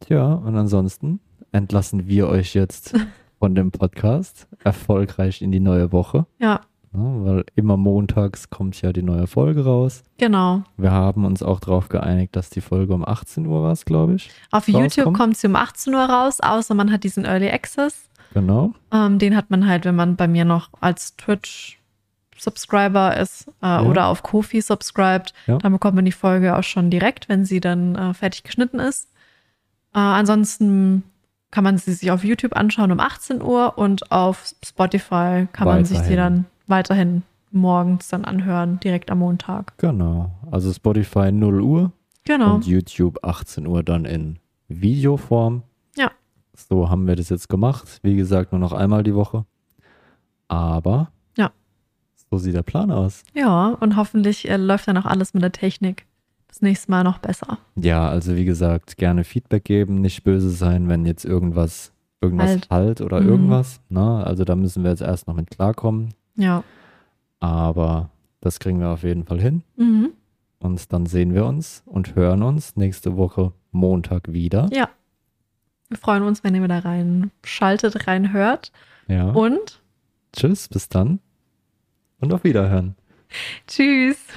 Speaker 2: Tja, und ansonsten entlassen wir euch jetzt von dem Podcast erfolgreich in die neue Woche.
Speaker 1: Ja.
Speaker 2: Ne, weil immer montags kommt ja die neue Folge raus.
Speaker 1: Genau.
Speaker 2: Wir haben uns auch darauf geeinigt, dass die Folge um 18 Uhr war, glaube ich.
Speaker 1: Auf
Speaker 2: rauskommt.
Speaker 1: YouTube kommt sie um 18 Uhr raus, außer man hat diesen Early Access.
Speaker 2: Genau.
Speaker 1: Ähm, den hat man halt, wenn man bei mir noch als Twitch-Subscriber ist äh, oder auf Kofi subscribt.
Speaker 2: Ja.
Speaker 1: Dann bekommt man die Folge auch schon direkt, wenn sie dann äh, fertig geschnitten ist. Äh, ansonsten kann man sie sich auf YouTube anschauen um 18 Uhr und auf Spotify kann man sich sie
Speaker 2: Weiterhin.
Speaker 1: dann weiterhin morgens dann anhören, direkt am Montag.
Speaker 2: Genau. Also Spotify 0 Uhr
Speaker 1: Genau.
Speaker 2: und YouTube 18 Uhr dann in Videoform.
Speaker 1: Ja.
Speaker 2: So haben wir das jetzt gemacht. Wie gesagt, nur noch einmal die Woche. Aber
Speaker 1: Ja.
Speaker 2: so sieht der Plan aus.
Speaker 1: Ja, und hoffentlich äh, läuft dann auch alles mit der Technik das nächste Mal noch besser.
Speaker 2: Ja, also wie gesagt, gerne Feedback geben, nicht böse sein, wenn jetzt irgendwas, irgendwas halt,
Speaker 1: Halt.
Speaker 2: oder
Speaker 1: Mhm.
Speaker 2: irgendwas. Ne? Also da müssen wir jetzt erst noch mit klarkommen.
Speaker 1: Ja.
Speaker 2: Aber das kriegen wir auf jeden Fall hin.
Speaker 1: Mhm.
Speaker 2: Und dann sehen wir uns und hören uns nächste Woche Montag wieder.
Speaker 1: Ja. Wir freuen uns, wenn ihr wieder reinschaltet, reinhört.
Speaker 2: Ja.
Speaker 1: Und
Speaker 2: Tschüss, bis dann und auf Wiederhören.
Speaker 1: tschüss.